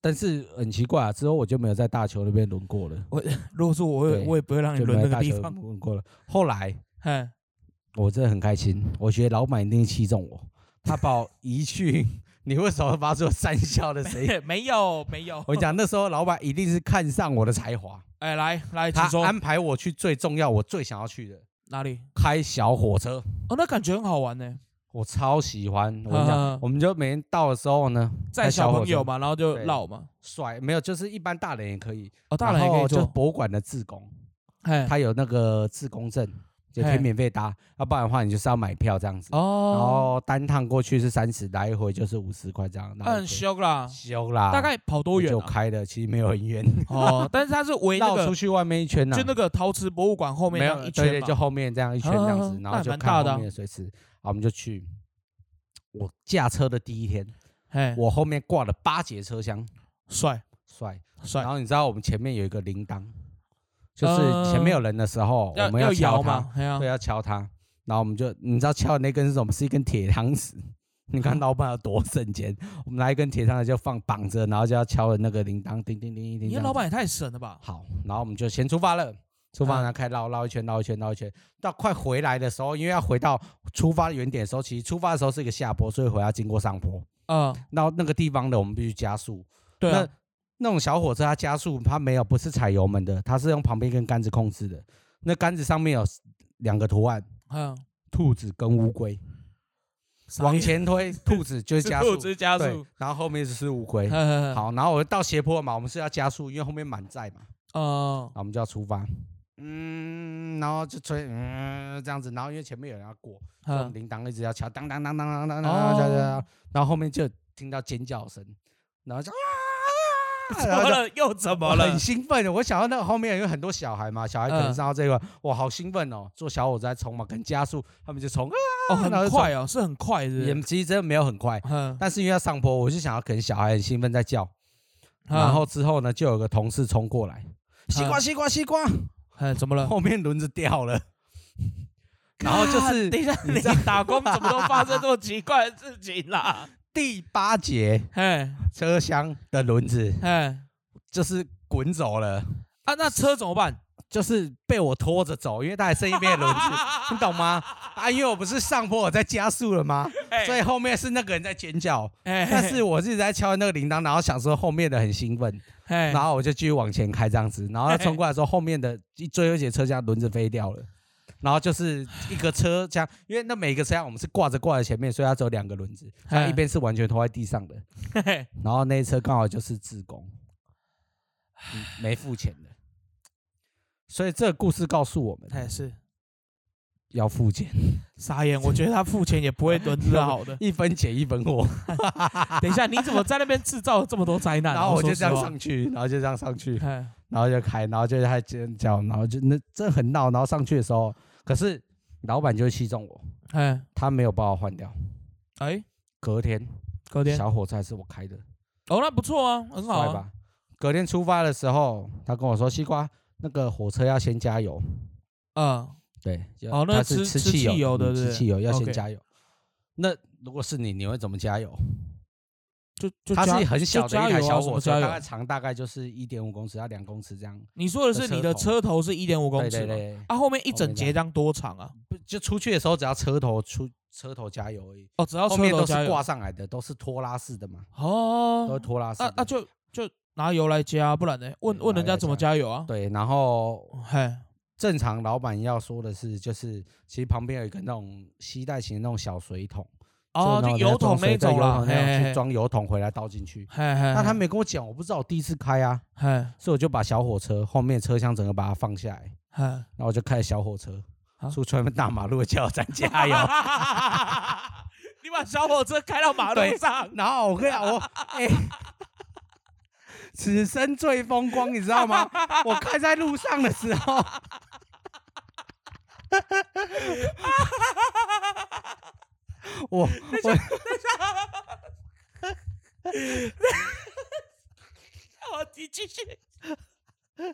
Speaker 1: 但是很奇怪啊，之后我就没有在大球那边轮过了，
Speaker 2: 如果说我也
Speaker 1: 对
Speaker 2: 我也不会让你
Speaker 1: 就
Speaker 2: 轮
Speaker 1: 没有
Speaker 2: 那个
Speaker 1: 大
Speaker 2: 地
Speaker 1: 球
Speaker 2: 方，
Speaker 1: 轮过了。后来
Speaker 2: 嗯，
Speaker 1: 我真的很开心，我觉得老板一定器重我，他把我移去。 你为什么发出三笑的声音？
Speaker 2: 没有没有，
Speaker 1: 我讲那时候老板一定是看上我的才华，
Speaker 2: 哎，来来，请
Speaker 1: 他
Speaker 2: 说
Speaker 1: 安排我去最重要、我最想要去的
Speaker 2: 哪里？
Speaker 1: 开小火车，
Speaker 2: 哦，那感觉很好玩呢，
Speaker 1: 我超喜欢。我跟你讲
Speaker 2: 嗯，
Speaker 1: 我们就每天到的时候呢，
Speaker 2: 载
Speaker 1: 开
Speaker 2: 小
Speaker 1: 火
Speaker 2: 朋友
Speaker 1: 车
Speaker 2: 嘛，然后就
Speaker 1: 对
Speaker 2: 绕嘛，
Speaker 1: 甩没有，就是一般大人也可以，
Speaker 2: 哦，大人也可以
Speaker 1: 就是
Speaker 2: 做，
Speaker 1: 博物馆的志工，
Speaker 2: 哎，
Speaker 1: 他有那个自工证，就可以
Speaker 2: 嘿
Speaker 1: 免费搭，要不然的话你就是要买票这样子。然
Speaker 2: 哦，
Speaker 1: 后单趟过去是三十，来回就是五十块这样。然
Speaker 2: 那
Speaker 1: 后
Speaker 2: 很
Speaker 1: 就
Speaker 2: 凶啦，
Speaker 1: 修啦，
Speaker 2: 大概跑多远
Speaker 1: 就
Speaker 2: 啊？
Speaker 1: 开的，其实没有很远，
Speaker 2: 哦，但是它是围那
Speaker 1: 绕
Speaker 2: 个
Speaker 1: 出，去外面一圈呢，
Speaker 2: 就那个陶瓷博物馆后面
Speaker 1: 没
Speaker 2: 那
Speaker 1: 有
Speaker 2: 样一
Speaker 1: 对
Speaker 2: 圈
Speaker 1: 对，
Speaker 2: 嘛
Speaker 1: 就后面这样一圈这样子
Speaker 2: 啊，
Speaker 1: 然后
Speaker 2: 那
Speaker 1: 就
Speaker 2: 蛮
Speaker 1: 看
Speaker 2: 大的啊
Speaker 1: 后面的水池。好，我们就去。我驾车的第一天，
Speaker 2: 哎，
Speaker 1: 我后面挂了八节车厢，
Speaker 2: 帅
Speaker 1: 帅。然
Speaker 2: 帅，
Speaker 1: 后你知道我们前面有一个铃铛，就是前面有人的时候，我
Speaker 2: 呃要
Speaker 1: 们
Speaker 2: 摇
Speaker 1: 敲它
Speaker 2: 嘛，哎呀
Speaker 1: 对，，要啊敲它。然后我们就，你知道敲的那根是什么？是一根铁汤匙。你 看老板有多省钱，我们拿一根铁汤匙就放绑着，然后就要敲的那个铃铛，叮叮叮叮叮。
Speaker 2: 你
Speaker 1: 这样
Speaker 2: 的老
Speaker 1: 子
Speaker 2: 板也太神了吧？
Speaker 1: 好，然后我们就先出发了。出
Speaker 2: 嗯
Speaker 1: 发然后开绕绕一圈，绕一圈，绕一圈，到快回来的时候，因为要回到出发的原点的时候，其实出发的时候是一个下坡，所以回来要经过上坡。
Speaker 2: 嗯，
Speaker 1: 那那个地方的我们必须加速。
Speaker 2: 对啊
Speaker 1: 那，那种小火车它加速，它没有不是踩油门的，它是用旁边一根杆子控制的。那杆子上面有两个图案，
Speaker 2: 嗯，
Speaker 1: 兔子跟乌龟。往前推，兔子就是
Speaker 2: 是
Speaker 1: 加
Speaker 2: 兔
Speaker 1: 速，
Speaker 2: 子加
Speaker 1: 对
Speaker 2: 速，，
Speaker 1: 然后后面就是乌龟。
Speaker 2: 嗯，
Speaker 1: 好，然后我到斜坡嘛，我们是要加速，因为后面满载嘛，然
Speaker 2: 嗯
Speaker 1: 后我们就要出发。嗯，然后就吹，嗯，这样子，然后因为前面有人要过，所以我们
Speaker 2: 嗯，哦
Speaker 1: 铃铛一直要敲，当当当当当当当当当当当，然后后面就听到尖叫声，然后就啊，
Speaker 2: 怎
Speaker 1: 然后
Speaker 2: 么
Speaker 1: 就
Speaker 2: 了？又怎么
Speaker 1: 我
Speaker 2: 了
Speaker 1: 很？兴奋，我想到那个后面有很多小孩嘛，小孩可能
Speaker 2: 嗯
Speaker 1: 上到这个，哇，好兴奋哦！坐小火车在冲嘛，跟加速，他们就冲，啊
Speaker 2: 哦，
Speaker 1: 然后
Speaker 2: 很
Speaker 1: 就
Speaker 2: 快哦，是很快是不
Speaker 1: 也
Speaker 2: 是，
Speaker 1: 其实真的没有很 快，
Speaker 2: 嗯，
Speaker 1: 但是因为要上坡，我就想要可能小孩很兴奋在叫，
Speaker 2: 啊
Speaker 1: 然后之后呢，就有个同事冲过来，西瓜西瓜西瓜，
Speaker 2: 嗯，怎么了？
Speaker 1: 后面轮子掉了， 然 后就
Speaker 2: 干
Speaker 1: 是
Speaker 2: 等一下，
Speaker 1: 你
Speaker 2: 你
Speaker 1: 知道
Speaker 2: 打工怎么都发生这么奇怪的事情啦？
Speaker 1: 第八节
Speaker 2: 嘿，
Speaker 1: 车厢的轮子
Speaker 2: 嘿，啊，
Speaker 1: 就是滚走了，
Speaker 2: 那车怎么 办？
Speaker 1: 就是被我拖着走，因为它还剩一边的轮子， 你懂吗？啊，因为我不是上坡我在加速了吗？
Speaker 2: 嘿
Speaker 1: 所以，后面是那个人在尖叫，
Speaker 2: 嘿
Speaker 1: 但是，我是一直在敲那个铃铛，然后想说后面的很兴奋，
Speaker 2: 嘿
Speaker 1: 然，后我就继续往前开这样子，然后他冲过来的时候，后面的一最后一节车厢轮子飞掉了，然后就是一个车厢，因为那每个车厢我们是挂着挂在前面，所以它只有两个轮子，它
Speaker 2: 嗯
Speaker 1: 一边是完全拖在地上的，
Speaker 2: 嘿嘿
Speaker 1: 然后那一车刚好就是自工，嗯没付钱的，所以这个故事告诉我们
Speaker 2: 嘿，是
Speaker 1: 要付钱， 。
Speaker 2: 傻眼，我觉得他付钱也不会轮子好的
Speaker 1: 一分钱一分 货，
Speaker 2: 等一下，你怎么在那边制造了这么多灾难？
Speaker 1: 然后我就
Speaker 2: 啊说
Speaker 1: 这
Speaker 2: 实
Speaker 1: 样
Speaker 2: 话，
Speaker 1: 上去，然后就这样上去，
Speaker 2: 嘿
Speaker 1: 然后就开，然后就他尖叫，然后就那真的很闹，然后上去的时候，可是老板就会器重我，
Speaker 2: 嘿，
Speaker 1: 他没有把我换掉。
Speaker 2: 哎，
Speaker 1: 隔天，
Speaker 2: 隔天，
Speaker 1: 小火车还是我开的，
Speaker 2: 哦，那不错啊，很好
Speaker 1: 帅
Speaker 2: 啊，
Speaker 1: 吧？隔天出发的时候，他跟我说：“西瓜，那个火车要先加油。
Speaker 2: 嗯，”
Speaker 1: 对，就
Speaker 2: 哦那
Speaker 1: 他
Speaker 2: 个
Speaker 1: 是吃
Speaker 2: 吃吃汽
Speaker 1: 油
Speaker 2: 油的
Speaker 1: 嗯
Speaker 2: 对不
Speaker 1: 吃
Speaker 2: 对
Speaker 1: 汽油要先
Speaker 2: OK
Speaker 1: 加油。那如果是你，你会怎么加油？
Speaker 2: 就就
Speaker 1: 它
Speaker 2: 加
Speaker 1: 是很小
Speaker 2: 就
Speaker 1: 的
Speaker 2: 加
Speaker 1: 一台
Speaker 2: 油啊
Speaker 1: 小
Speaker 2: 什么
Speaker 1: 火车，
Speaker 2: 加
Speaker 1: 大
Speaker 2: 油
Speaker 1: 概长大概就是一点五公尺到两公尺这样。
Speaker 2: 你说的是你的车头是一点五公
Speaker 1: 对对
Speaker 2: 尺吗，
Speaker 1: 对，
Speaker 2: 啊，后面一整节这样多长啊？
Speaker 1: 不就出去的时候只要车头出车头加油而已。
Speaker 2: 哦，只要
Speaker 1: 后
Speaker 2: 车
Speaker 1: 面
Speaker 2: 头
Speaker 1: 都
Speaker 2: 加
Speaker 1: 是
Speaker 2: 油
Speaker 1: 挂上来的，都是拖拉式的嘛，都是
Speaker 2: 哦，
Speaker 1: 拖拉式
Speaker 2: 那
Speaker 1: 的。
Speaker 2: 那就就拿油来加，不然呢？问
Speaker 1: 对
Speaker 2: 问人
Speaker 1: 拿油
Speaker 2: 家
Speaker 1: 来
Speaker 2: 怎么
Speaker 1: 加
Speaker 2: 加油啊？
Speaker 1: 对，然后
Speaker 2: 嘿，
Speaker 1: 正常老板要说的是，就是其实旁边有一个那种吸带型的那种小水桶，
Speaker 2: 哦，
Speaker 1: 是
Speaker 2: 就
Speaker 1: 那
Speaker 2: 油桶
Speaker 1: 那
Speaker 2: 那种啦，
Speaker 1: 啦，
Speaker 2: 嘿
Speaker 1: 那种去
Speaker 2: 嘿，嘿
Speaker 1: 装油桶回来倒进去。
Speaker 2: 嘿嘿，
Speaker 1: 那他
Speaker 2: 嘿
Speaker 1: 没跟我讲，我不知道，我第一次开啊，
Speaker 2: 嘿
Speaker 1: 所以我就把小火车后面车厢整个把它放下来，
Speaker 2: 嘿，
Speaker 1: 然后我就开着小火车
Speaker 2: 啊
Speaker 1: 出去外面大马路的加油站加油。
Speaker 2: 你把小火车开到马路
Speaker 1: 对
Speaker 2: 上，
Speaker 1: 然后我跟你讲， 我哎、此生最风光，你知道 吗？我开在路上的时候， 我我
Speaker 2: 好，你继续。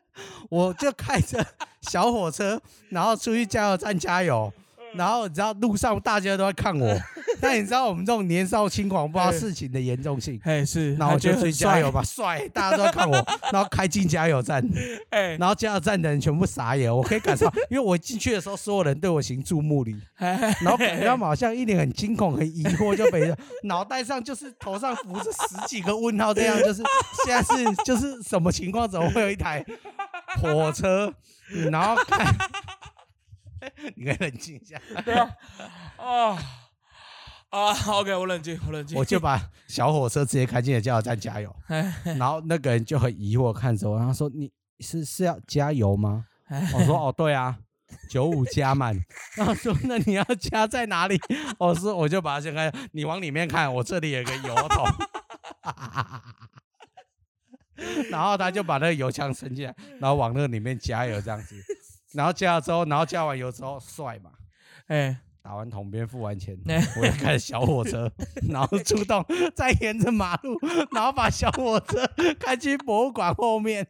Speaker 1: 我就开着小火车，然后出去加油站加油。
Speaker 2: 嗯
Speaker 1: 然后你知道路上大家都在看 我，但你知道我们这种年少轻狂不知道事情的严重性，
Speaker 2: 嘿，是，
Speaker 1: 然后我
Speaker 2: 还觉
Speaker 1: 就
Speaker 2: 得
Speaker 1: 出去
Speaker 2: 很
Speaker 1: 加油
Speaker 2: 帅。
Speaker 1: 吧，帅，大家都在看我，然后开进加油站，
Speaker 2: 哎，
Speaker 1: 然后加油站的人全部傻眼，我可以感受到，因为我进去的时候，所有人对我行注目礼，然后感觉他们好像一脸很惊恐、很疑惑，就被脑袋上就是头上浮着十几个问号，这样就是现在是就是什么情况？怎么会有一台火车？ 嗯然后看， 你可以冷静一下，
Speaker 2: 啊哦，啊，OK，我冷静，我冷静。
Speaker 1: 我就把小火车直接开进了加油站加油，
Speaker 2: 嘿，
Speaker 1: 然后那个人就很疑惑看着我，然后说：“你是是要加油吗？”我说哦，对啊，九五加满。 然后说那你要加在哪里？ 我说我就把它先开，你往里面看，我这里有个油桶。 然后他就把那个油枪伸进来，然后往那个里面加油这样子。然后加了之后，然后加完油之后，帅嘛，
Speaker 2: 哎，
Speaker 1: 打完桶边付完 钱，我就开着小火车，然后出动，再沿着马路，然后把小火车开去博物馆后 面，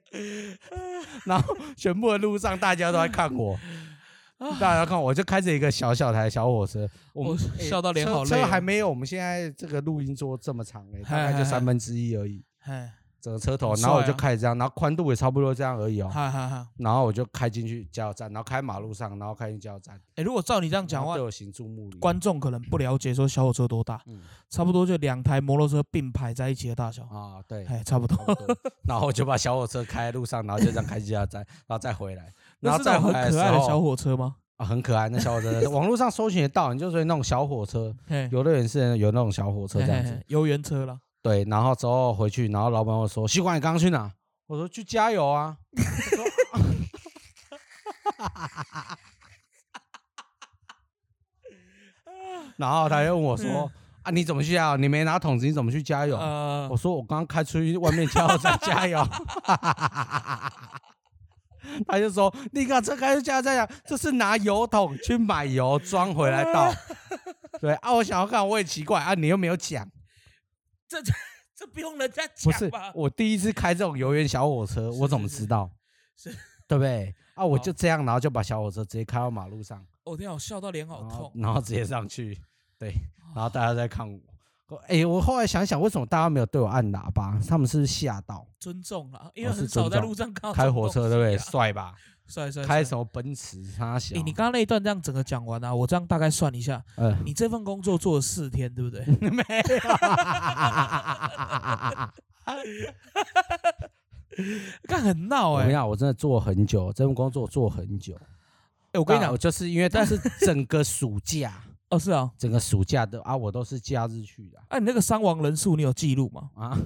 Speaker 1: 然后全部的路上大家都在看 我，大家看我就开着一个小小台小火车，我
Speaker 2: 我哎
Speaker 1: 们
Speaker 2: 笑到脸好
Speaker 1: 车
Speaker 2: 累
Speaker 1: 车
Speaker 2: 哦。
Speaker 1: 还没有我们现在这个录音桌这么长哎、
Speaker 2: 嗨
Speaker 1: 大概就
Speaker 2: 嗨
Speaker 1: 三分之一而已。
Speaker 2: 哎，
Speaker 1: 整个车头，
Speaker 2: 很
Speaker 1: 然后我
Speaker 2: 帅
Speaker 1: 就
Speaker 2: 啊
Speaker 1: 开始这样，然后宽度也差不多这样而已哦。
Speaker 2: 哈哈哈。
Speaker 1: 然后我就开进去加油站，然后开马路上，然后开进加油站，
Speaker 2: 哎，如果照你这样讲
Speaker 1: 然后
Speaker 2: 话
Speaker 1: 对，我行注目礼。
Speaker 2: 观众可能不了解说小火车多大，
Speaker 1: 嗯
Speaker 2: 差不多就两台摩托车并排在一起的大小，
Speaker 1: 啊，对，
Speaker 2: 哎，差不
Speaker 1: 差不
Speaker 2: 多。
Speaker 1: 多。然后我就把小火车开在路上，然后就这样开进加油站，然后再回来，然
Speaker 2: 那
Speaker 1: 后
Speaker 2: 是那
Speaker 1: 再
Speaker 2: 种
Speaker 1: 回
Speaker 2: 很
Speaker 1: 来时
Speaker 2: 可爱的小
Speaker 1: 候
Speaker 2: 火车吗？
Speaker 1: 啊，很可爱。那小火车网络上搜寻得到，你就说那种小火车，
Speaker 2: 嘿
Speaker 1: 游乐园是有那种小火车这样
Speaker 2: 嘿嘿
Speaker 1: 子
Speaker 2: 嘿。游园车啦。
Speaker 1: 对，然后之后回去，然后老板我说：“西瓜，你刚刚去哪？”我说：“去加油 啊。”然后他又问我
Speaker 2: 嗯
Speaker 1: 说：“啊，你怎么去啊？你没拿桶子，你怎么去加油？”
Speaker 2: 呃
Speaker 1: 我，说：“我刚刚开出去外面加油站加 油。”他就说：“你把车开去加油站呀，这是拿油桶去买油装回来 倒。”对啊，我想要看，我也奇怪啊，你又没有讲。
Speaker 2: 这这不用人家
Speaker 1: 不是
Speaker 2: 讲吧？
Speaker 1: 我第一次开这种游园小火车，
Speaker 2: 是
Speaker 1: 我怎么
Speaker 2: 是
Speaker 1: 知道？
Speaker 2: 是哦
Speaker 1: 对不对？啊，我
Speaker 2: 好
Speaker 1: 就这样，然后就把小火车直接开到马路上，
Speaker 2: 我天啊，我笑到脸好
Speaker 1: 然后
Speaker 2: 痛。哦
Speaker 1: 然后直接上去，对，然后大家在看我。哎、我后来想想，为什么大家没有对我按喇叭？他们是不是吓到？
Speaker 2: 尊重啦，因为
Speaker 1: 哦是
Speaker 2: 很少
Speaker 1: 尊
Speaker 2: 在
Speaker 1: 重
Speaker 2: 路上看到这
Speaker 1: 开
Speaker 2: 种
Speaker 1: 火车对
Speaker 2: 东
Speaker 1: 不对？
Speaker 2: 西啊
Speaker 1: 帅吧？
Speaker 2: 帅帅
Speaker 1: 开
Speaker 2: 帅
Speaker 1: 什么奔驰？他小
Speaker 2: 哎、，你刚刚那一段这样整个讲完啊，我这样大概算一下，
Speaker 1: 呃，
Speaker 2: 你这份工作做了四天，对不 对？
Speaker 1: 没有。
Speaker 2: 干很闹
Speaker 1: 我
Speaker 2: 哎、
Speaker 1: 跟你
Speaker 2: 欸！
Speaker 1: 讲，我真的做很久，这份工作做很久。
Speaker 2: 哎我
Speaker 1: 我
Speaker 2: 跟你讲，
Speaker 1: 就是因为但是整个暑假，
Speaker 2: 哦是啊，
Speaker 1: 整个暑假的啊，我都是假日去的啊
Speaker 2: 哎、你那个伤亡人数你有记录吗？
Speaker 1: 啊，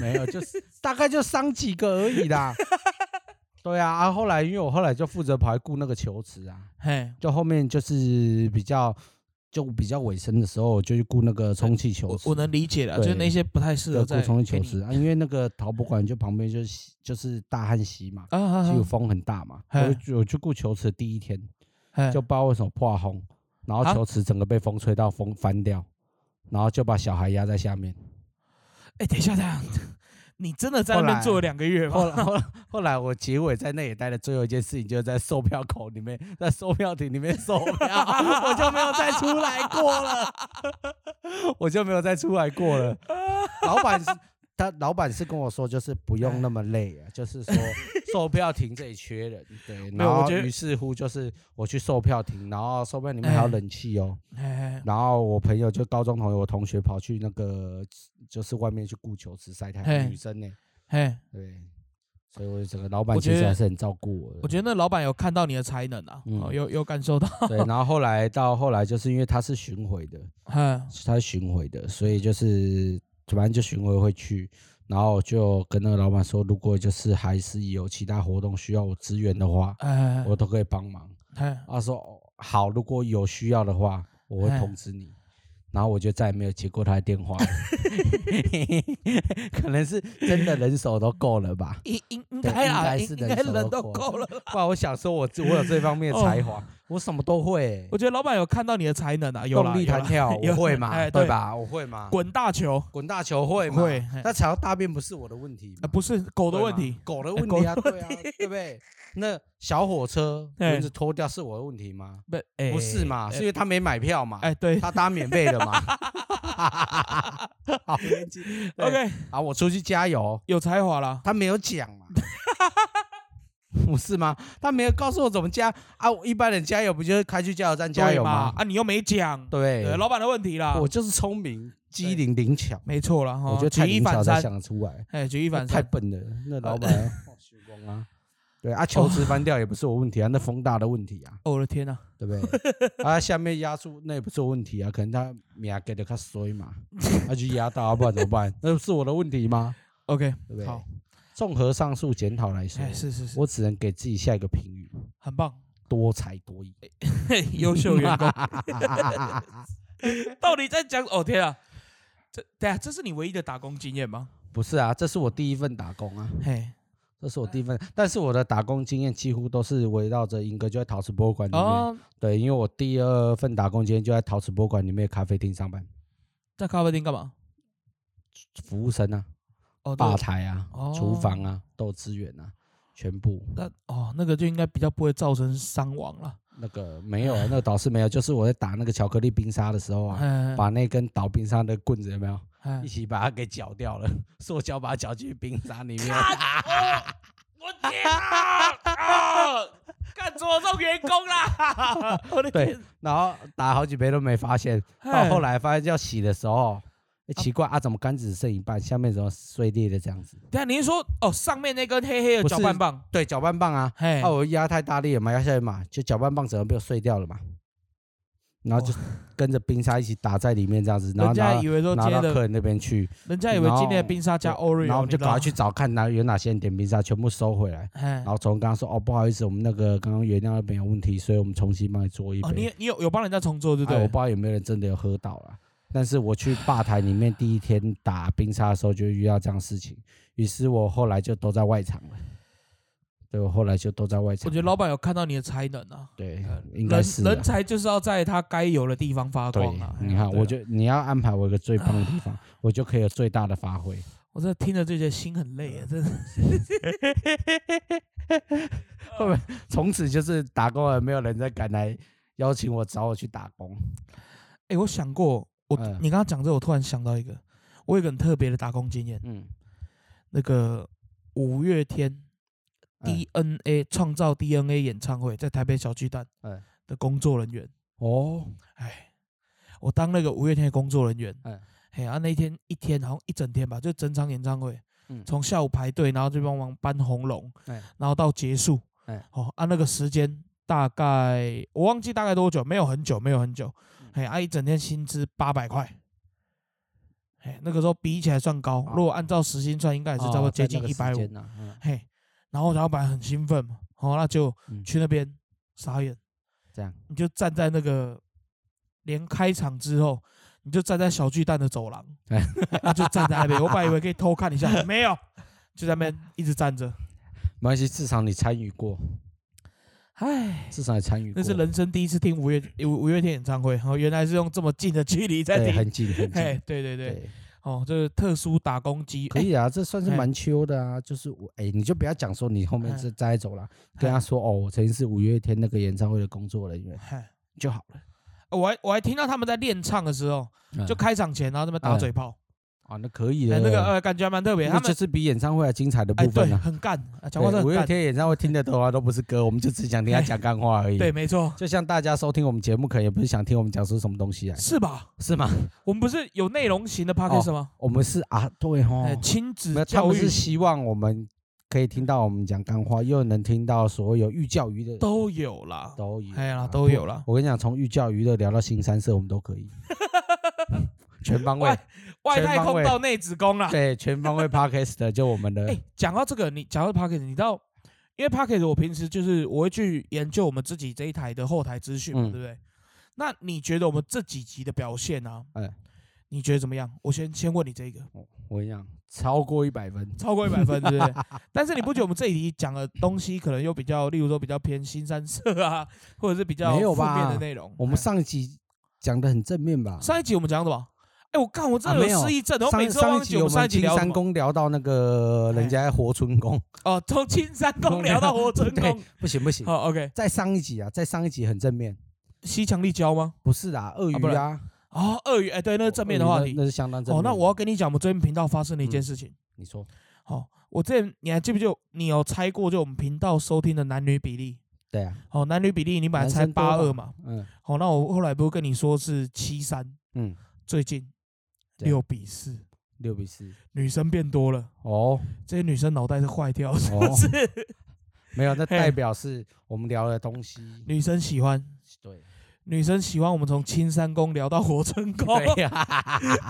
Speaker 1: 没有，就是大概就伤几个而已啦。对啊，啊，后来因为我后来就负责跑来顾那个球池啊，
Speaker 2: 嘿，
Speaker 1: 就后面就是比较就比较尾声的时候，我就去顾那个充气球
Speaker 2: 我
Speaker 1: 池，
Speaker 2: 我能理解的，就是
Speaker 1: 对
Speaker 2: 那些不太适合
Speaker 1: 对，顾
Speaker 2: 在
Speaker 1: 充气球
Speaker 2: 给你
Speaker 1: 池啊，因为那个陶博馆就旁边就是溪就是大汉溪嘛，
Speaker 2: 啊啊
Speaker 1: 就有
Speaker 2: 啊
Speaker 1: 风很大嘛，我
Speaker 2: 嘿
Speaker 1: 就去我去顾球池的第一天，
Speaker 2: 嘿，
Speaker 1: 就不知道为什么破风，然后
Speaker 2: 啊
Speaker 1: 球池整个被风吹到风翻掉，然后就把小孩压在下面。
Speaker 2: 哎、等一下，等一下， 你真的在那
Speaker 1: 后
Speaker 2: 边
Speaker 1: 来
Speaker 2: 做了两个月
Speaker 1: 后
Speaker 2: 吗？
Speaker 1: 来后来后来我结尾在那里待的最后一件事情，就是在售票口里面，在售票亭里面售票，我就没有再出来过了， 我就没有再出来过了。老板是。他老板是跟我说，就是不用那么累啊，就是说售票亭这里缺人，对，
Speaker 2: 没
Speaker 1: 然
Speaker 2: 有我
Speaker 1: 后
Speaker 2: 觉得
Speaker 1: 于是乎就是我去售票亭，然后售票里面还有
Speaker 2: 哎
Speaker 1: 冷气哦，
Speaker 2: 哎，
Speaker 1: 然后我朋友就高中同学，我同学跑去那个就是外面去顾球池晒太
Speaker 2: 嘿
Speaker 1: 阳，女生呢、
Speaker 2: 嘿，
Speaker 1: 对，所以我整个老板
Speaker 2: 我
Speaker 1: 其
Speaker 2: 觉
Speaker 1: 实还
Speaker 2: 得
Speaker 1: 是很照顾我的。
Speaker 2: 我觉得那老板有看到你的才能啊，
Speaker 1: 嗯
Speaker 2: 哦有有感受到，
Speaker 1: 对，然后后来到后来，就是因为他是巡回的，
Speaker 2: 嗯，
Speaker 1: 他是巡回的，所以就是反正就巡回会去，然后我就跟那个老板说，如果就是还是有其他活动需要我支援的话，
Speaker 2: 哎，
Speaker 1: 我都可以帮忙。
Speaker 2: 哎，
Speaker 1: 他说哦好，如果有需要的话，我会
Speaker 2: 哎
Speaker 1: 通知你。然后我就再也没有接过他的电话了， 可能是真的人手都够了吧。
Speaker 2: 应应应
Speaker 1: 对
Speaker 2: 该
Speaker 1: 应
Speaker 2: 啦，
Speaker 1: 该
Speaker 2: 应
Speaker 1: 是
Speaker 2: 应
Speaker 1: 人
Speaker 2: 该
Speaker 1: 手
Speaker 2: 人
Speaker 1: 都
Speaker 2: 都
Speaker 1: 够
Speaker 2: 够了。
Speaker 1: 不然我想说我自，我有这方面的才华，我什么都会欸、
Speaker 2: 我觉得老板有看到你的才能啊，哦有啦
Speaker 1: 动力
Speaker 2: 有啦
Speaker 1: 弹跳我
Speaker 2: 有
Speaker 1: 会嘛，
Speaker 2: 哎
Speaker 1: 对
Speaker 2: 对？
Speaker 1: 吧？我会嘛，
Speaker 2: 滚大球，
Speaker 1: 滚大球会嘛，
Speaker 2: 会嘿
Speaker 1: 那踩到大便不是我的问题嘛
Speaker 2: 呃，不是狗
Speaker 1: 狗
Speaker 2: 的问题，，
Speaker 1: 狗的
Speaker 2: 哎
Speaker 1: 问
Speaker 2: 狗
Speaker 1: 题
Speaker 2: 的
Speaker 1: 啊，对啊，对不对？那小火 车
Speaker 2: 哎
Speaker 1: 轮子脱掉是我的问题吗？
Speaker 2: 不，哎
Speaker 1: 不是嘛，
Speaker 2: 哎
Speaker 1: 是因为他没买票嘛，
Speaker 2: 哎， 对
Speaker 1: 他搭免费的 嘛。好年纪对
Speaker 2: ，OK，
Speaker 1: 啊，我出去加油，
Speaker 2: 有才华啦，
Speaker 1: 他没有讲 嘛，不是吗？他没有告诉我怎么加啊！我一般人加油不就是开去加油站加
Speaker 2: 对
Speaker 1: 油
Speaker 2: 嘛
Speaker 1: 吗？
Speaker 2: 啊，你又没讲，
Speaker 1: 对，
Speaker 2: 对，老板的问题啦，
Speaker 1: 我就是聪明、机灵、灵巧，
Speaker 2: 没错啦，哈
Speaker 1: 我觉得太
Speaker 2: 哦举一
Speaker 1: 灵巧
Speaker 2: 反
Speaker 1: 才
Speaker 2: 三，
Speaker 1: 想得出来，
Speaker 2: 哎，举一反
Speaker 1: 太
Speaker 2: 三，呃
Speaker 1: 笨了。那老 板好虚功啊，对啊，球池翻掉也不是我问
Speaker 2: 哦
Speaker 1: 题啊，那风大的问题啊，
Speaker 2: 哦我的天呐，
Speaker 1: 对不 对？啊，下面压住那也不是我问题啊，可能他米给的他衰 嘛，他去压到，不然怎么办？那是我的问题吗？
Speaker 2: ，OK，
Speaker 1: 对不对
Speaker 2: 好？
Speaker 1: 综合上述检讨来说
Speaker 2: 哎，，是是是，
Speaker 1: 我只能给自己下一个评语：
Speaker 2: 很棒，
Speaker 1: 多才多艺。
Speaker 2: 嘿优秀员 工，到底在讲？哦天啊，这对啊，这是你唯一的打工经验吗？
Speaker 1: 不是啊，这是我第一份打工啊，
Speaker 2: 嘿，
Speaker 1: 这是我
Speaker 2: 嗯
Speaker 1: 第一份，但是我的打工经验几乎都是围绕着英哥就在陶瓷博物馆里面。
Speaker 2: 哦，
Speaker 1: 对，因为我第二份打工经验就在陶瓷博物馆里面的咖啡厅上班，
Speaker 2: 在咖啡厅干嘛？
Speaker 1: 服务生啊、
Speaker 2: 哦，对
Speaker 1: 吧台啊、厨
Speaker 2: 哦
Speaker 1: 房啊都有资源啊，全部
Speaker 2: 那哦，那个就应该比较不会造成伤亡了。
Speaker 1: 那个没有啊，那个倒是没有，就是我在打那个巧克力冰沙的时候啊，
Speaker 2: 嗯，
Speaker 1: 把那根倒冰沙的棍子有没有？
Speaker 2: 哎
Speaker 1: 一起把它给搅掉了，塑胶把它搅进冰沙里面。
Speaker 2: 我天啊！啊干怎么送员工 啦？我的
Speaker 1: 对
Speaker 2: 天！，
Speaker 1: 然后打好几杯都没发现，到后
Speaker 2: 来
Speaker 1: 来发现要洗的时候，哎奇怪啊，怎么杆子只剩一半，下面怎么碎裂的这样子？，
Speaker 2: 但您说哦，上面那根黑黑的
Speaker 1: 不是
Speaker 2: 搅拌棒，
Speaker 1: 对，搅拌棒啊，
Speaker 2: 嘿，
Speaker 1: 啊，我压太大力了嘛，压下去嘛，就搅拌棒整个被我碎掉了嘛，然后就跟着冰沙一起打在里面这样子，然后
Speaker 2: 人
Speaker 1: 拿
Speaker 2: 家
Speaker 1: 到
Speaker 2: 以为说今
Speaker 1: 拿
Speaker 2: 天
Speaker 1: 到
Speaker 2: 的，
Speaker 1: 客人那边去，
Speaker 2: 人家以为今天的冰沙加 Oreo，
Speaker 1: 然后我们就
Speaker 2: 你知道
Speaker 1: 赶
Speaker 2: 吗
Speaker 1: 快去，找看哪有哪些人点冰沙，全部收回来。
Speaker 2: 嘿
Speaker 1: 然，后从刚刚说哦，不好意思，我们那个刚刚原料那边有问题，所以我们重新帮你做一杯。
Speaker 2: 哦，你你有有帮人家重做对不
Speaker 1: 哎我
Speaker 2: 对
Speaker 1: 不知？道有没有人真的有喝到啦。但是我去吧台里面第一天打冰沙的时候，就遇到这样的事情，于是我后来就都在外场了。对，我后来就都在外场。
Speaker 2: 我觉得老板有看到你的才能啊，
Speaker 1: 对
Speaker 2: 呃，
Speaker 1: 应该
Speaker 2: 人
Speaker 1: 是啊
Speaker 2: 人才就是要在他该有的地方发
Speaker 1: 哎对
Speaker 2: 光啊。，
Speaker 1: 你看，
Speaker 2: 对啊
Speaker 1: 我就你要安排我一个最棒的地 方，我就可以有最大的发挥。
Speaker 2: 我这听着就觉得心很
Speaker 1: 嗯
Speaker 2: 累啊，真的。
Speaker 1: 会不会从此就是打工了，没有人再敢来邀请我找我去打工？
Speaker 2: 哎，我想过，我
Speaker 1: 嗯
Speaker 2: 你刚刚讲这，我突然想到一个，我有一个很特别的打工经验，
Speaker 1: 嗯，
Speaker 2: 那个五月天
Speaker 1: 嗯
Speaker 2: DNA 创造 DNA 演唱会在台北小巨蛋
Speaker 1: 嗯
Speaker 2: 的工作人员，
Speaker 1: 哦，
Speaker 2: 哎，我当那个五月天的工作人员，
Speaker 1: 嗯
Speaker 2: 嘿，啊那一天一天好像一整天吧，就整场演唱会
Speaker 1: 嗯，
Speaker 2: 从下午排队，然后就帮忙搬红龙
Speaker 1: 哎，
Speaker 2: 然后到结束
Speaker 1: 哎，
Speaker 2: 哦，按那个时间大概我忘记大概多久，没有很久，没有很久，
Speaker 1: 嗯
Speaker 2: 嘿，啊一整天薪资八百块。哎，那个时候比起来算高，
Speaker 1: 哦
Speaker 2: 如果按照时薪算，应该也是差不多接近一百五。
Speaker 1: 呢。嗯
Speaker 2: 嘿，然后老板很兴奋嘛，好、那就
Speaker 1: 嗯
Speaker 2: 去那边傻眼，
Speaker 1: 这样
Speaker 2: 你就站在那个连开场之后，你就站在小巨蛋的走 廊，
Speaker 1: 哎
Speaker 2: 他就站在那边，我本来以为可以偷看一下，没有，就在那边一直站着，
Speaker 1: 没关系，至少你参与过，
Speaker 2: 唉。
Speaker 1: 至少你参与过。
Speaker 2: 那是人生第一次听五月五五月天演唱会，哦，原来是用这么近的距离在
Speaker 1: 对，
Speaker 2: 听，
Speaker 1: 很近 很
Speaker 2: 哎
Speaker 1: 近。，
Speaker 2: 对对对，
Speaker 1: 对，
Speaker 2: 哦，这是特殊打工机，
Speaker 1: 可以啊，这算是
Speaker 2: 哎
Speaker 1: 蛮秋的啊。就是我，哎，你就不要讲说你后面
Speaker 2: 哎
Speaker 1: 是摘走了，跟他说哦，我曾经是五月天那个演唱会的工作人员
Speaker 2: 哎，哎
Speaker 1: 就好了。
Speaker 2: 哦我还我还听到他们在练唱的时候，
Speaker 1: 嗯
Speaker 2: 就开场前然后在那边打
Speaker 1: 哎
Speaker 2: 嘴炮，
Speaker 1: 啊，那可以的。
Speaker 2: 哎，那个呃感觉还蛮特别，
Speaker 1: 那
Speaker 2: 他们
Speaker 1: 就是比演唱会还精彩的
Speaker 2: 哎，
Speaker 1: 部
Speaker 2: 对
Speaker 1: 分，啊。
Speaker 2: 很干，啊讲话是
Speaker 1: 对五月
Speaker 2: 很干。哎
Speaker 1: 天演唱会听的都啊都不是歌，我们就只想听他讲干话而已。
Speaker 2: 对，，没错，
Speaker 1: 就像大家收听我们节目，可能也不是想听我们讲出什么东西来，
Speaker 2: 是吧？
Speaker 1: 是吗？
Speaker 2: 我们不是有内容型的 podcast 吗？
Speaker 1: 我们是啊，对吼
Speaker 2: 哎，，亲子
Speaker 1: 哦没有，他
Speaker 2: 教
Speaker 1: 们
Speaker 2: 育
Speaker 1: 是希望我们可以听到我们讲干话，又能听到所有寓教于乐的
Speaker 2: 都有啦，
Speaker 1: 都有，啊
Speaker 2: 哎呀，都有啦。
Speaker 1: 我跟你讲，从寓教于乐聊到新三色，我们都可以，全方位
Speaker 2: 喂，外
Speaker 1: 全
Speaker 2: 太
Speaker 1: 方
Speaker 2: 空
Speaker 1: 位
Speaker 2: 到内子宫啦。
Speaker 1: 对，全方位 podcast 的就我们的
Speaker 2: 哎，，讲到这个，你讲到 podcast，你知道，因为 podcast 我平时就是我会去研究我们自己这一台的后台资讯嘛，
Speaker 1: 嗯
Speaker 2: 对不对？那你觉得我们这几集的表现啊？
Speaker 1: 哎
Speaker 2: 你觉得怎么样？我先先问你这个，
Speaker 1: 我跟你讲，超过一百分，
Speaker 2: 超过一百分，对 不对？但是你不觉得我们这一题讲的东西可能又比较，例如说比较偏新三色啊， 或者是比较
Speaker 1: 没有
Speaker 2: 负
Speaker 1: 吧
Speaker 2: 面的内容？
Speaker 1: 我们
Speaker 2: 哎
Speaker 1: 上一集讲的很正面吧？
Speaker 2: 上一集我们讲什么？哎，我干，我真
Speaker 1: 啊
Speaker 2: 的
Speaker 1: 没有
Speaker 2: 失忆症，然后每
Speaker 1: 上
Speaker 2: 次都
Speaker 1: 上
Speaker 2: 忘
Speaker 1: 一
Speaker 2: 记
Speaker 1: 集
Speaker 2: 我
Speaker 1: 我
Speaker 2: 们上一
Speaker 1: 们
Speaker 2: 集
Speaker 1: 青
Speaker 2: 聊什
Speaker 1: 山
Speaker 2: 么。哎
Speaker 1: 公聊到那个人家在活春宫，
Speaker 2: 哦，从青山 宫聊到活春宫
Speaker 1: 对。，不行不行，
Speaker 2: 好，OK，
Speaker 1: 在上一集啊，在上一集很正面，
Speaker 2: 西墙立交吗？
Speaker 1: 不是啦，鳄
Speaker 2: 啊不
Speaker 1: 鱼
Speaker 2: 然
Speaker 1: 啊，
Speaker 2: 哦，鳄鱼，哎，对，那是正面的
Speaker 1: 鳄鱼
Speaker 2: 话
Speaker 1: 那
Speaker 2: 题。
Speaker 1: 那是相当正
Speaker 2: 哦
Speaker 1: 面，的。嗯
Speaker 2: 那我要跟你讲，我们最近频道发生了一件事情。
Speaker 1: 你说
Speaker 2: 哦，我之前你还记不记得你有猜过，就我们频道收听的男女比例？
Speaker 1: 对啊，
Speaker 2: 哦，男女比例你本来
Speaker 1: 男
Speaker 2: 猜
Speaker 1: 生多
Speaker 2: 八二
Speaker 1: 吧
Speaker 2: 嘛，
Speaker 1: 嗯
Speaker 2: 好，那我后来不是跟你说是七三，
Speaker 1: 嗯，
Speaker 2: 最近
Speaker 1: 对啊
Speaker 2: 六比四，
Speaker 1: 六比四
Speaker 2: 女生变多了，
Speaker 1: 哦，
Speaker 2: 这些女生脑袋是坏掉是不是？
Speaker 1: 没有，那
Speaker 2: 嘿
Speaker 1: 代表是我们聊的东西。
Speaker 2: 女生喜欢，
Speaker 1: 对，
Speaker 2: 女生喜欢我们从青山宫聊到活 春宫，
Speaker 1: 对呀，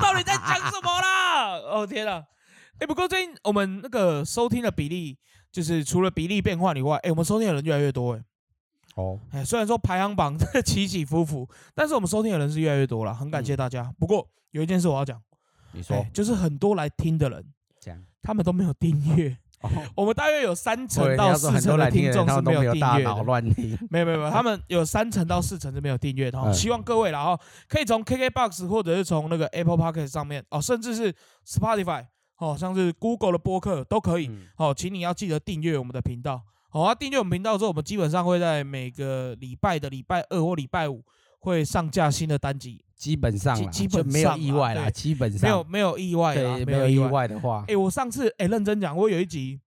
Speaker 2: 到底在讲什么啦？哦天啊！哎、不过最近我们那个收听的比例，就是除了比例变换以外，哎、我们收听的人越来越多、哎
Speaker 1: 哦，
Speaker 2: 哎，虽然说排行榜 起起伏伏，但是我们收听的人是越来越多了，很感谢大家。不过有一件事我要讲，
Speaker 1: 你嗯
Speaker 2: 哎、
Speaker 1: 说
Speaker 2: 就是很多来听的人，
Speaker 1: 这样。
Speaker 2: 他们都没有订 阅。
Speaker 1: 哦，
Speaker 2: 我们大约有三
Speaker 1: 我以为
Speaker 2: 成
Speaker 1: 你
Speaker 2: 到
Speaker 1: 要说
Speaker 2: 四
Speaker 1: 很多
Speaker 2: 成
Speaker 1: 来
Speaker 2: 的
Speaker 1: 听
Speaker 2: 听
Speaker 1: 的人
Speaker 2: 众
Speaker 1: 他
Speaker 2: 是
Speaker 1: 们都
Speaker 2: 没
Speaker 1: 没
Speaker 2: 有
Speaker 1: 有
Speaker 2: 订
Speaker 1: 大
Speaker 2: 阅
Speaker 1: 脑
Speaker 2: 的。
Speaker 1: 乱 听。
Speaker 2: 没有没有没有，他们有三成到四成是没有订阅的哦。
Speaker 1: 嗯
Speaker 2: 希望各位然后可以从 KKBox 或者是从那个 Apple Podcast 上面哦，甚至是 Spotify 哦，像是 Google 的播客都可以
Speaker 1: 嗯
Speaker 2: 哦，请你要记得订阅我们的频道。好、哦，啊订阅我们频道之后，我们基本上会在每个礼拜的礼拜二或礼拜五会上架新的单集
Speaker 1: 基本上
Speaker 2: 基
Speaker 1: 啦
Speaker 2: 基
Speaker 1: 就
Speaker 2: 本
Speaker 1: 没有
Speaker 2: 上
Speaker 1: 意
Speaker 2: 啦
Speaker 1: 外啦，
Speaker 2: 对
Speaker 1: 基本上
Speaker 2: 没有没有意外啦
Speaker 1: 对，
Speaker 2: 没
Speaker 1: 有
Speaker 2: 意
Speaker 1: 意
Speaker 2: 外。
Speaker 1: 外的话
Speaker 2: 哎、我上次哎、认真讲，我有一集，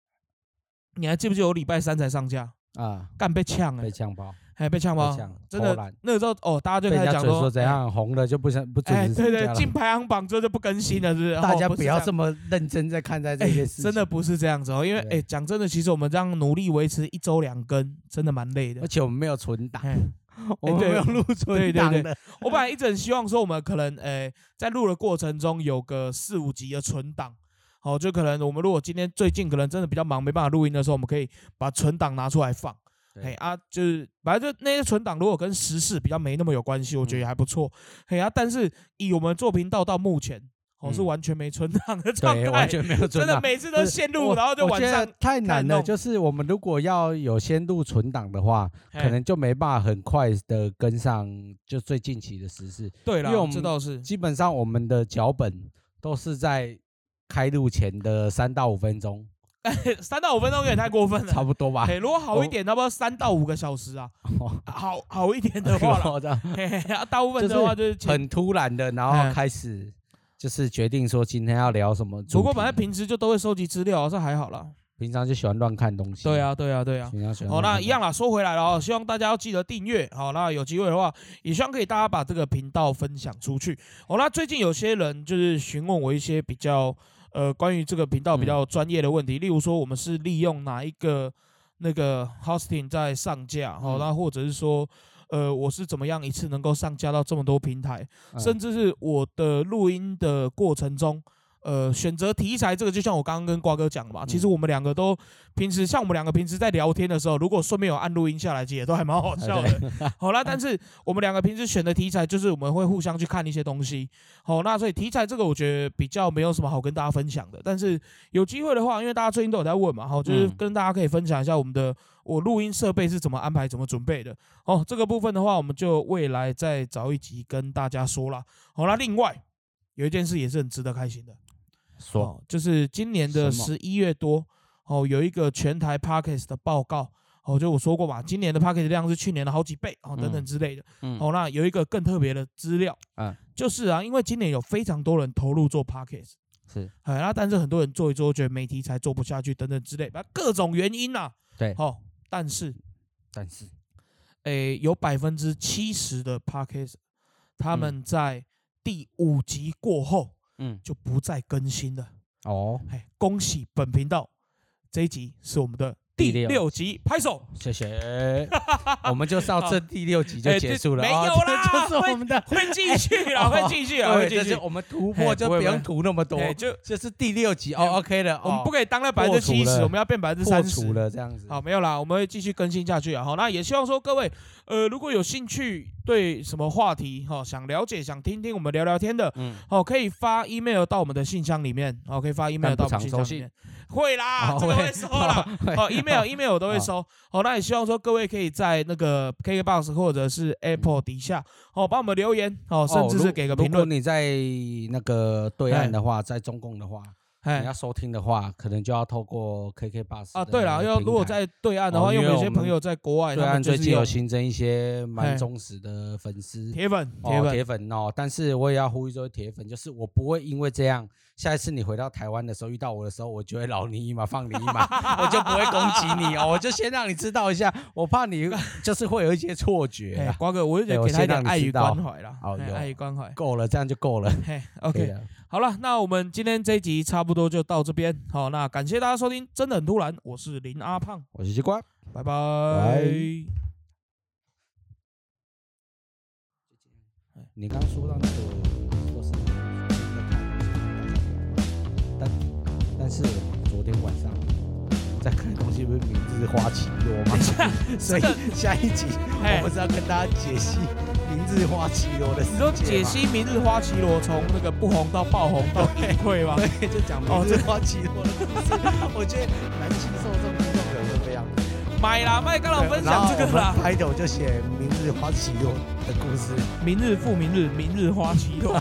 Speaker 2: 你还记不记得我礼拜三才上架？
Speaker 1: 啊，
Speaker 2: 干被呛哎、
Speaker 1: 被呛爆，
Speaker 2: 还被呛吗
Speaker 1: 被呛？
Speaker 2: 真
Speaker 1: 偷懒
Speaker 2: 的，那个时候哦，大家
Speaker 1: 被
Speaker 2: 就
Speaker 1: 人
Speaker 2: 开始
Speaker 1: 家
Speaker 2: 讲
Speaker 1: 嘴说怎。样红了就不想不
Speaker 2: 哎、
Speaker 1: 准时
Speaker 2: 对
Speaker 1: 上
Speaker 2: 对，
Speaker 1: 架
Speaker 2: 进
Speaker 1: 了
Speaker 2: 排行榜之后就不更新了，是不是？
Speaker 1: 大
Speaker 2: 哦
Speaker 1: 家
Speaker 2: 不
Speaker 1: 不
Speaker 2: 是
Speaker 1: 要
Speaker 2: 这
Speaker 1: 这
Speaker 2: 样
Speaker 1: 么认真在看待这
Speaker 2: 哎
Speaker 1: 些事情，
Speaker 2: 真的不是这样子哦，因为
Speaker 1: 对
Speaker 2: 哎，讲、真的，其实我们这样努力维持一周两更，真的蛮累的
Speaker 1: 而。且我们没有存 档，
Speaker 2: 哎，
Speaker 1: 我们
Speaker 2: 对
Speaker 1: 没有录
Speaker 2: 对
Speaker 1: 存
Speaker 2: 对
Speaker 1: 档
Speaker 2: 对
Speaker 1: 的，
Speaker 2: 我本来一直很希望说，我们可能呃，在录的过程中有个四五集的存档，好、就可能我们如果今天最近可能真的比较忙，没办法录音的时候，我们可以把存档拿出来放。
Speaker 1: 对
Speaker 2: 嘿啊，就是反正就那些存档，如果跟时事比较没那么有关系，我
Speaker 1: 嗯
Speaker 2: 觉得也还不错。嘿啊，但是以我们做频道到目前，哦、
Speaker 1: 嗯
Speaker 2: 是完全没存档的状
Speaker 1: 对，
Speaker 2: 态
Speaker 1: 完，全没有存
Speaker 2: 真的
Speaker 1: 档。
Speaker 2: 每次
Speaker 1: 不
Speaker 2: 都
Speaker 1: 是
Speaker 2: 陷
Speaker 1: 我
Speaker 2: 入，然后就
Speaker 1: 我
Speaker 2: 晚
Speaker 1: 觉
Speaker 2: 上
Speaker 1: 得太难了，
Speaker 2: 弄
Speaker 1: 就是我们如果要有先录存档的话，可
Speaker 2: 嘿
Speaker 1: 能就没办法很快的跟上就最近期的时事。
Speaker 2: 对
Speaker 1: 因为我
Speaker 2: 了，
Speaker 1: 们
Speaker 2: 这倒是
Speaker 1: 基本上我们的脚本都是在开录前的三到五分钟，
Speaker 2: 三到五分钟有点太过分了
Speaker 1: 差。不多吧
Speaker 2: 哎、。如果好
Speaker 1: 我
Speaker 2: 一点，差不多三到五个小时啊，
Speaker 1: 啊哦
Speaker 2: 好好一点的话 啦，
Speaker 1: 这样
Speaker 2: 嘿嘿 嘿啊大部分
Speaker 1: 就
Speaker 2: 的
Speaker 1: 是
Speaker 2: 话就是前。
Speaker 1: 很突然的，然后
Speaker 2: 哎
Speaker 1: 开始就是决定说今天要聊什么主题。
Speaker 2: 不过反正平时就都会收集资料啊，这还好啦。
Speaker 1: 平常就喜欢乱看东西。
Speaker 2: 对，啊，对啊，对啊。
Speaker 1: 平常喜欢
Speaker 2: 好，
Speaker 1: 乱看
Speaker 2: 那
Speaker 1: 东西
Speaker 2: 一样啦。说回来了哦，希望大家要记得订阅。好，那有机会的话，也希望可以大家把这个频道分享出去。好，那最近有些人就是询问我一些比较呃关于这个频道比较专业的问题，例如说我们是利用哪一个那个 hosting 在上架，好，
Speaker 1: 嗯
Speaker 2: 那或者是说呃我是怎么样一次能够上架到这么多平台，
Speaker 1: 嗯
Speaker 2: 甚至是我的录音的过程中。呃，选择题材这个，就像我刚刚跟瓜哥讲的嘛，其实我们两个都平时，像我们两个平时在聊天的时候，如果顺便有按录音下来，其实也都还蛮好笑的。好啦，但是我们两个平时选的题材就是我们会互相去看一些东西。好，那所以题材这个我觉得比较没有什么好跟大家分享的，但是有机会的话，因为大家最近都有在问嘛，好，就是
Speaker 1: 嗯
Speaker 2: 跟大家可以分享一下我们的我录音设备是怎么安排、怎么准备的。哦，这个部分的话，我们就未来再找一集跟大家说啦。好啦，另外有一件事也是很值得开心的。
Speaker 1: 说
Speaker 2: 哦，就是今年的
Speaker 1: 什么
Speaker 2: 十一月多，哦，有一个全台 Parkes 的报告，哦，就我说过嘛，今年的 Parkes 量是去年的好几倍，哦，等等
Speaker 1: 嗯
Speaker 2: 之类的。
Speaker 1: 嗯
Speaker 2: 哦，那有一个更特别的资料，
Speaker 1: 嗯
Speaker 2: 就是啊，因为今年有非常多人投入做 Parkes，
Speaker 1: 是
Speaker 2: 哎，那但是很多人做一做，觉得媒体才做不下去，等等之类，那各种原因呐、
Speaker 1: 对
Speaker 2: 哦，但是，
Speaker 1: 但是
Speaker 2: 诶，有百分之七十的 Parkes，他们在第五集过后
Speaker 1: 嗯
Speaker 2: 就不再更新了。
Speaker 1: 哦，
Speaker 2: 哎，恭喜本频道这一集是我们的
Speaker 1: 第
Speaker 2: 第
Speaker 1: 六
Speaker 2: 六集，拍手！
Speaker 1: 谢谢， 我们就到这第六集就
Speaker 2: 哦哎
Speaker 1: 结
Speaker 2: 这
Speaker 1: 束了，
Speaker 2: 没
Speaker 1: 哦
Speaker 2: 有啦
Speaker 1: 这就是我们的，
Speaker 2: 会继续 啦，
Speaker 1: 哦
Speaker 2: 会继续啦，
Speaker 1: 对，
Speaker 2: 会
Speaker 1: 这
Speaker 2: 继
Speaker 1: 是
Speaker 2: 续。
Speaker 1: 我们突
Speaker 2: 哎
Speaker 1: 破就
Speaker 2: 不会
Speaker 1: 不
Speaker 2: 不
Speaker 1: 用
Speaker 2: 会
Speaker 1: 涂那么多，
Speaker 2: 对，就
Speaker 1: 这是第六集
Speaker 2: 哎
Speaker 1: 哦，OK 了，
Speaker 2: 我们
Speaker 1: 哦
Speaker 2: 不可以当那百
Speaker 1: 破
Speaker 2: 分之
Speaker 1: 除
Speaker 2: 七十，
Speaker 1: 了
Speaker 2: 我们要变百分之
Speaker 1: 破
Speaker 2: 三十
Speaker 1: 除。了这样子，
Speaker 2: 好，没有啦，我们会继续更新下去啊。好，那也希望说各位，呃，如果有兴趣对什么话题哈、想了解、想听听我们聊聊天的，
Speaker 1: 嗯，
Speaker 2: 哦，可以发 email 到我们的信箱里面，哦，可以发
Speaker 1: 但
Speaker 2: email
Speaker 1: 不
Speaker 2: 到我
Speaker 1: 常
Speaker 2: 们信
Speaker 1: 收
Speaker 2: 箱里
Speaker 1: 信
Speaker 2: 面。会啦，
Speaker 1: 哦
Speaker 2: 这个会收啦。
Speaker 1: 会
Speaker 2: 哦，email email 我都会收。哦，那也希望说各位可以在那个 KKBox 或者是 Apple 底下哦，帮我们留言哦，甚至
Speaker 1: 嗯哦
Speaker 2: 是
Speaker 1: 如
Speaker 2: 给个
Speaker 1: 如
Speaker 2: 评
Speaker 1: 果
Speaker 2: 论。
Speaker 1: 你在那个对
Speaker 2: 哎
Speaker 1: 岸的话，在中共的话，你
Speaker 2: 哎
Speaker 1: 要，收听的话，可能就要透过 KK Bus
Speaker 2: 啊，对了，要如果在对岸的
Speaker 1: 哦
Speaker 2: 话，因为
Speaker 1: 因为
Speaker 2: 有些
Speaker 1: 我们
Speaker 2: 朋友在国外，
Speaker 1: 对
Speaker 2: 他
Speaker 1: 岸
Speaker 2: 们就
Speaker 1: 最
Speaker 2: 是
Speaker 1: 近有
Speaker 2: 有
Speaker 1: 新增一些蛮
Speaker 2: 哎
Speaker 1: 忠实的粉丝。
Speaker 2: 铁粉，铁
Speaker 1: 哦，
Speaker 2: 粉，
Speaker 1: 铁粉哦，但是我也要呼吁说，铁粉就是我不会因为这样，下一次你回到台湾的时候遇到我的时候，我就会饶你一马放你一马， 我就不会攻击你哦，我就先让你知道一下，我怕你就是会有一些错觉
Speaker 2: 哎
Speaker 1: 啦，
Speaker 2: 瓜哥，我就觉
Speaker 1: 哎
Speaker 2: 得
Speaker 1: 我
Speaker 2: 给他
Speaker 1: 先
Speaker 2: 一
Speaker 1: 让
Speaker 2: 点
Speaker 1: 你
Speaker 2: 爱
Speaker 1: 知
Speaker 2: 与
Speaker 1: 道
Speaker 2: 关怀啦，
Speaker 1: 哦
Speaker 2: 哎
Speaker 1: 有
Speaker 2: 爱与关怀。
Speaker 1: 够了，这样就够了。
Speaker 2: 嘿
Speaker 1: 可以啊
Speaker 2: ，OK，
Speaker 1: 了
Speaker 2: 好了，那我们今天这一集差不多就到这边。好，那感谢大家收听，真的很突然，我是林阿胖，
Speaker 1: 我是西瓜。
Speaker 2: 拜拜。
Speaker 1: 你刚刚说到那个硕士但但是我昨天晚上在看东西，不是名字花绮罗吗？ 所以下一集
Speaker 2: 哎
Speaker 1: 我们是要跟大家解析名字花绮罗的世
Speaker 2: 你
Speaker 1: 界
Speaker 2: 说
Speaker 1: 嘛
Speaker 2: 解析明日花绮罗从那个不红到爆红到崩 溃吗？
Speaker 1: 对， 就讲
Speaker 2: 哦
Speaker 1: 名字花绮罗的故事。我觉得男性受众听众 可能会这样。
Speaker 2: 买啦，麦当劳分
Speaker 1: 然
Speaker 2: 享
Speaker 1: 后
Speaker 2: 这个啦
Speaker 1: 我们。开头就写名字花绮罗的故事。
Speaker 2: 明日复明日，明日花绮罗。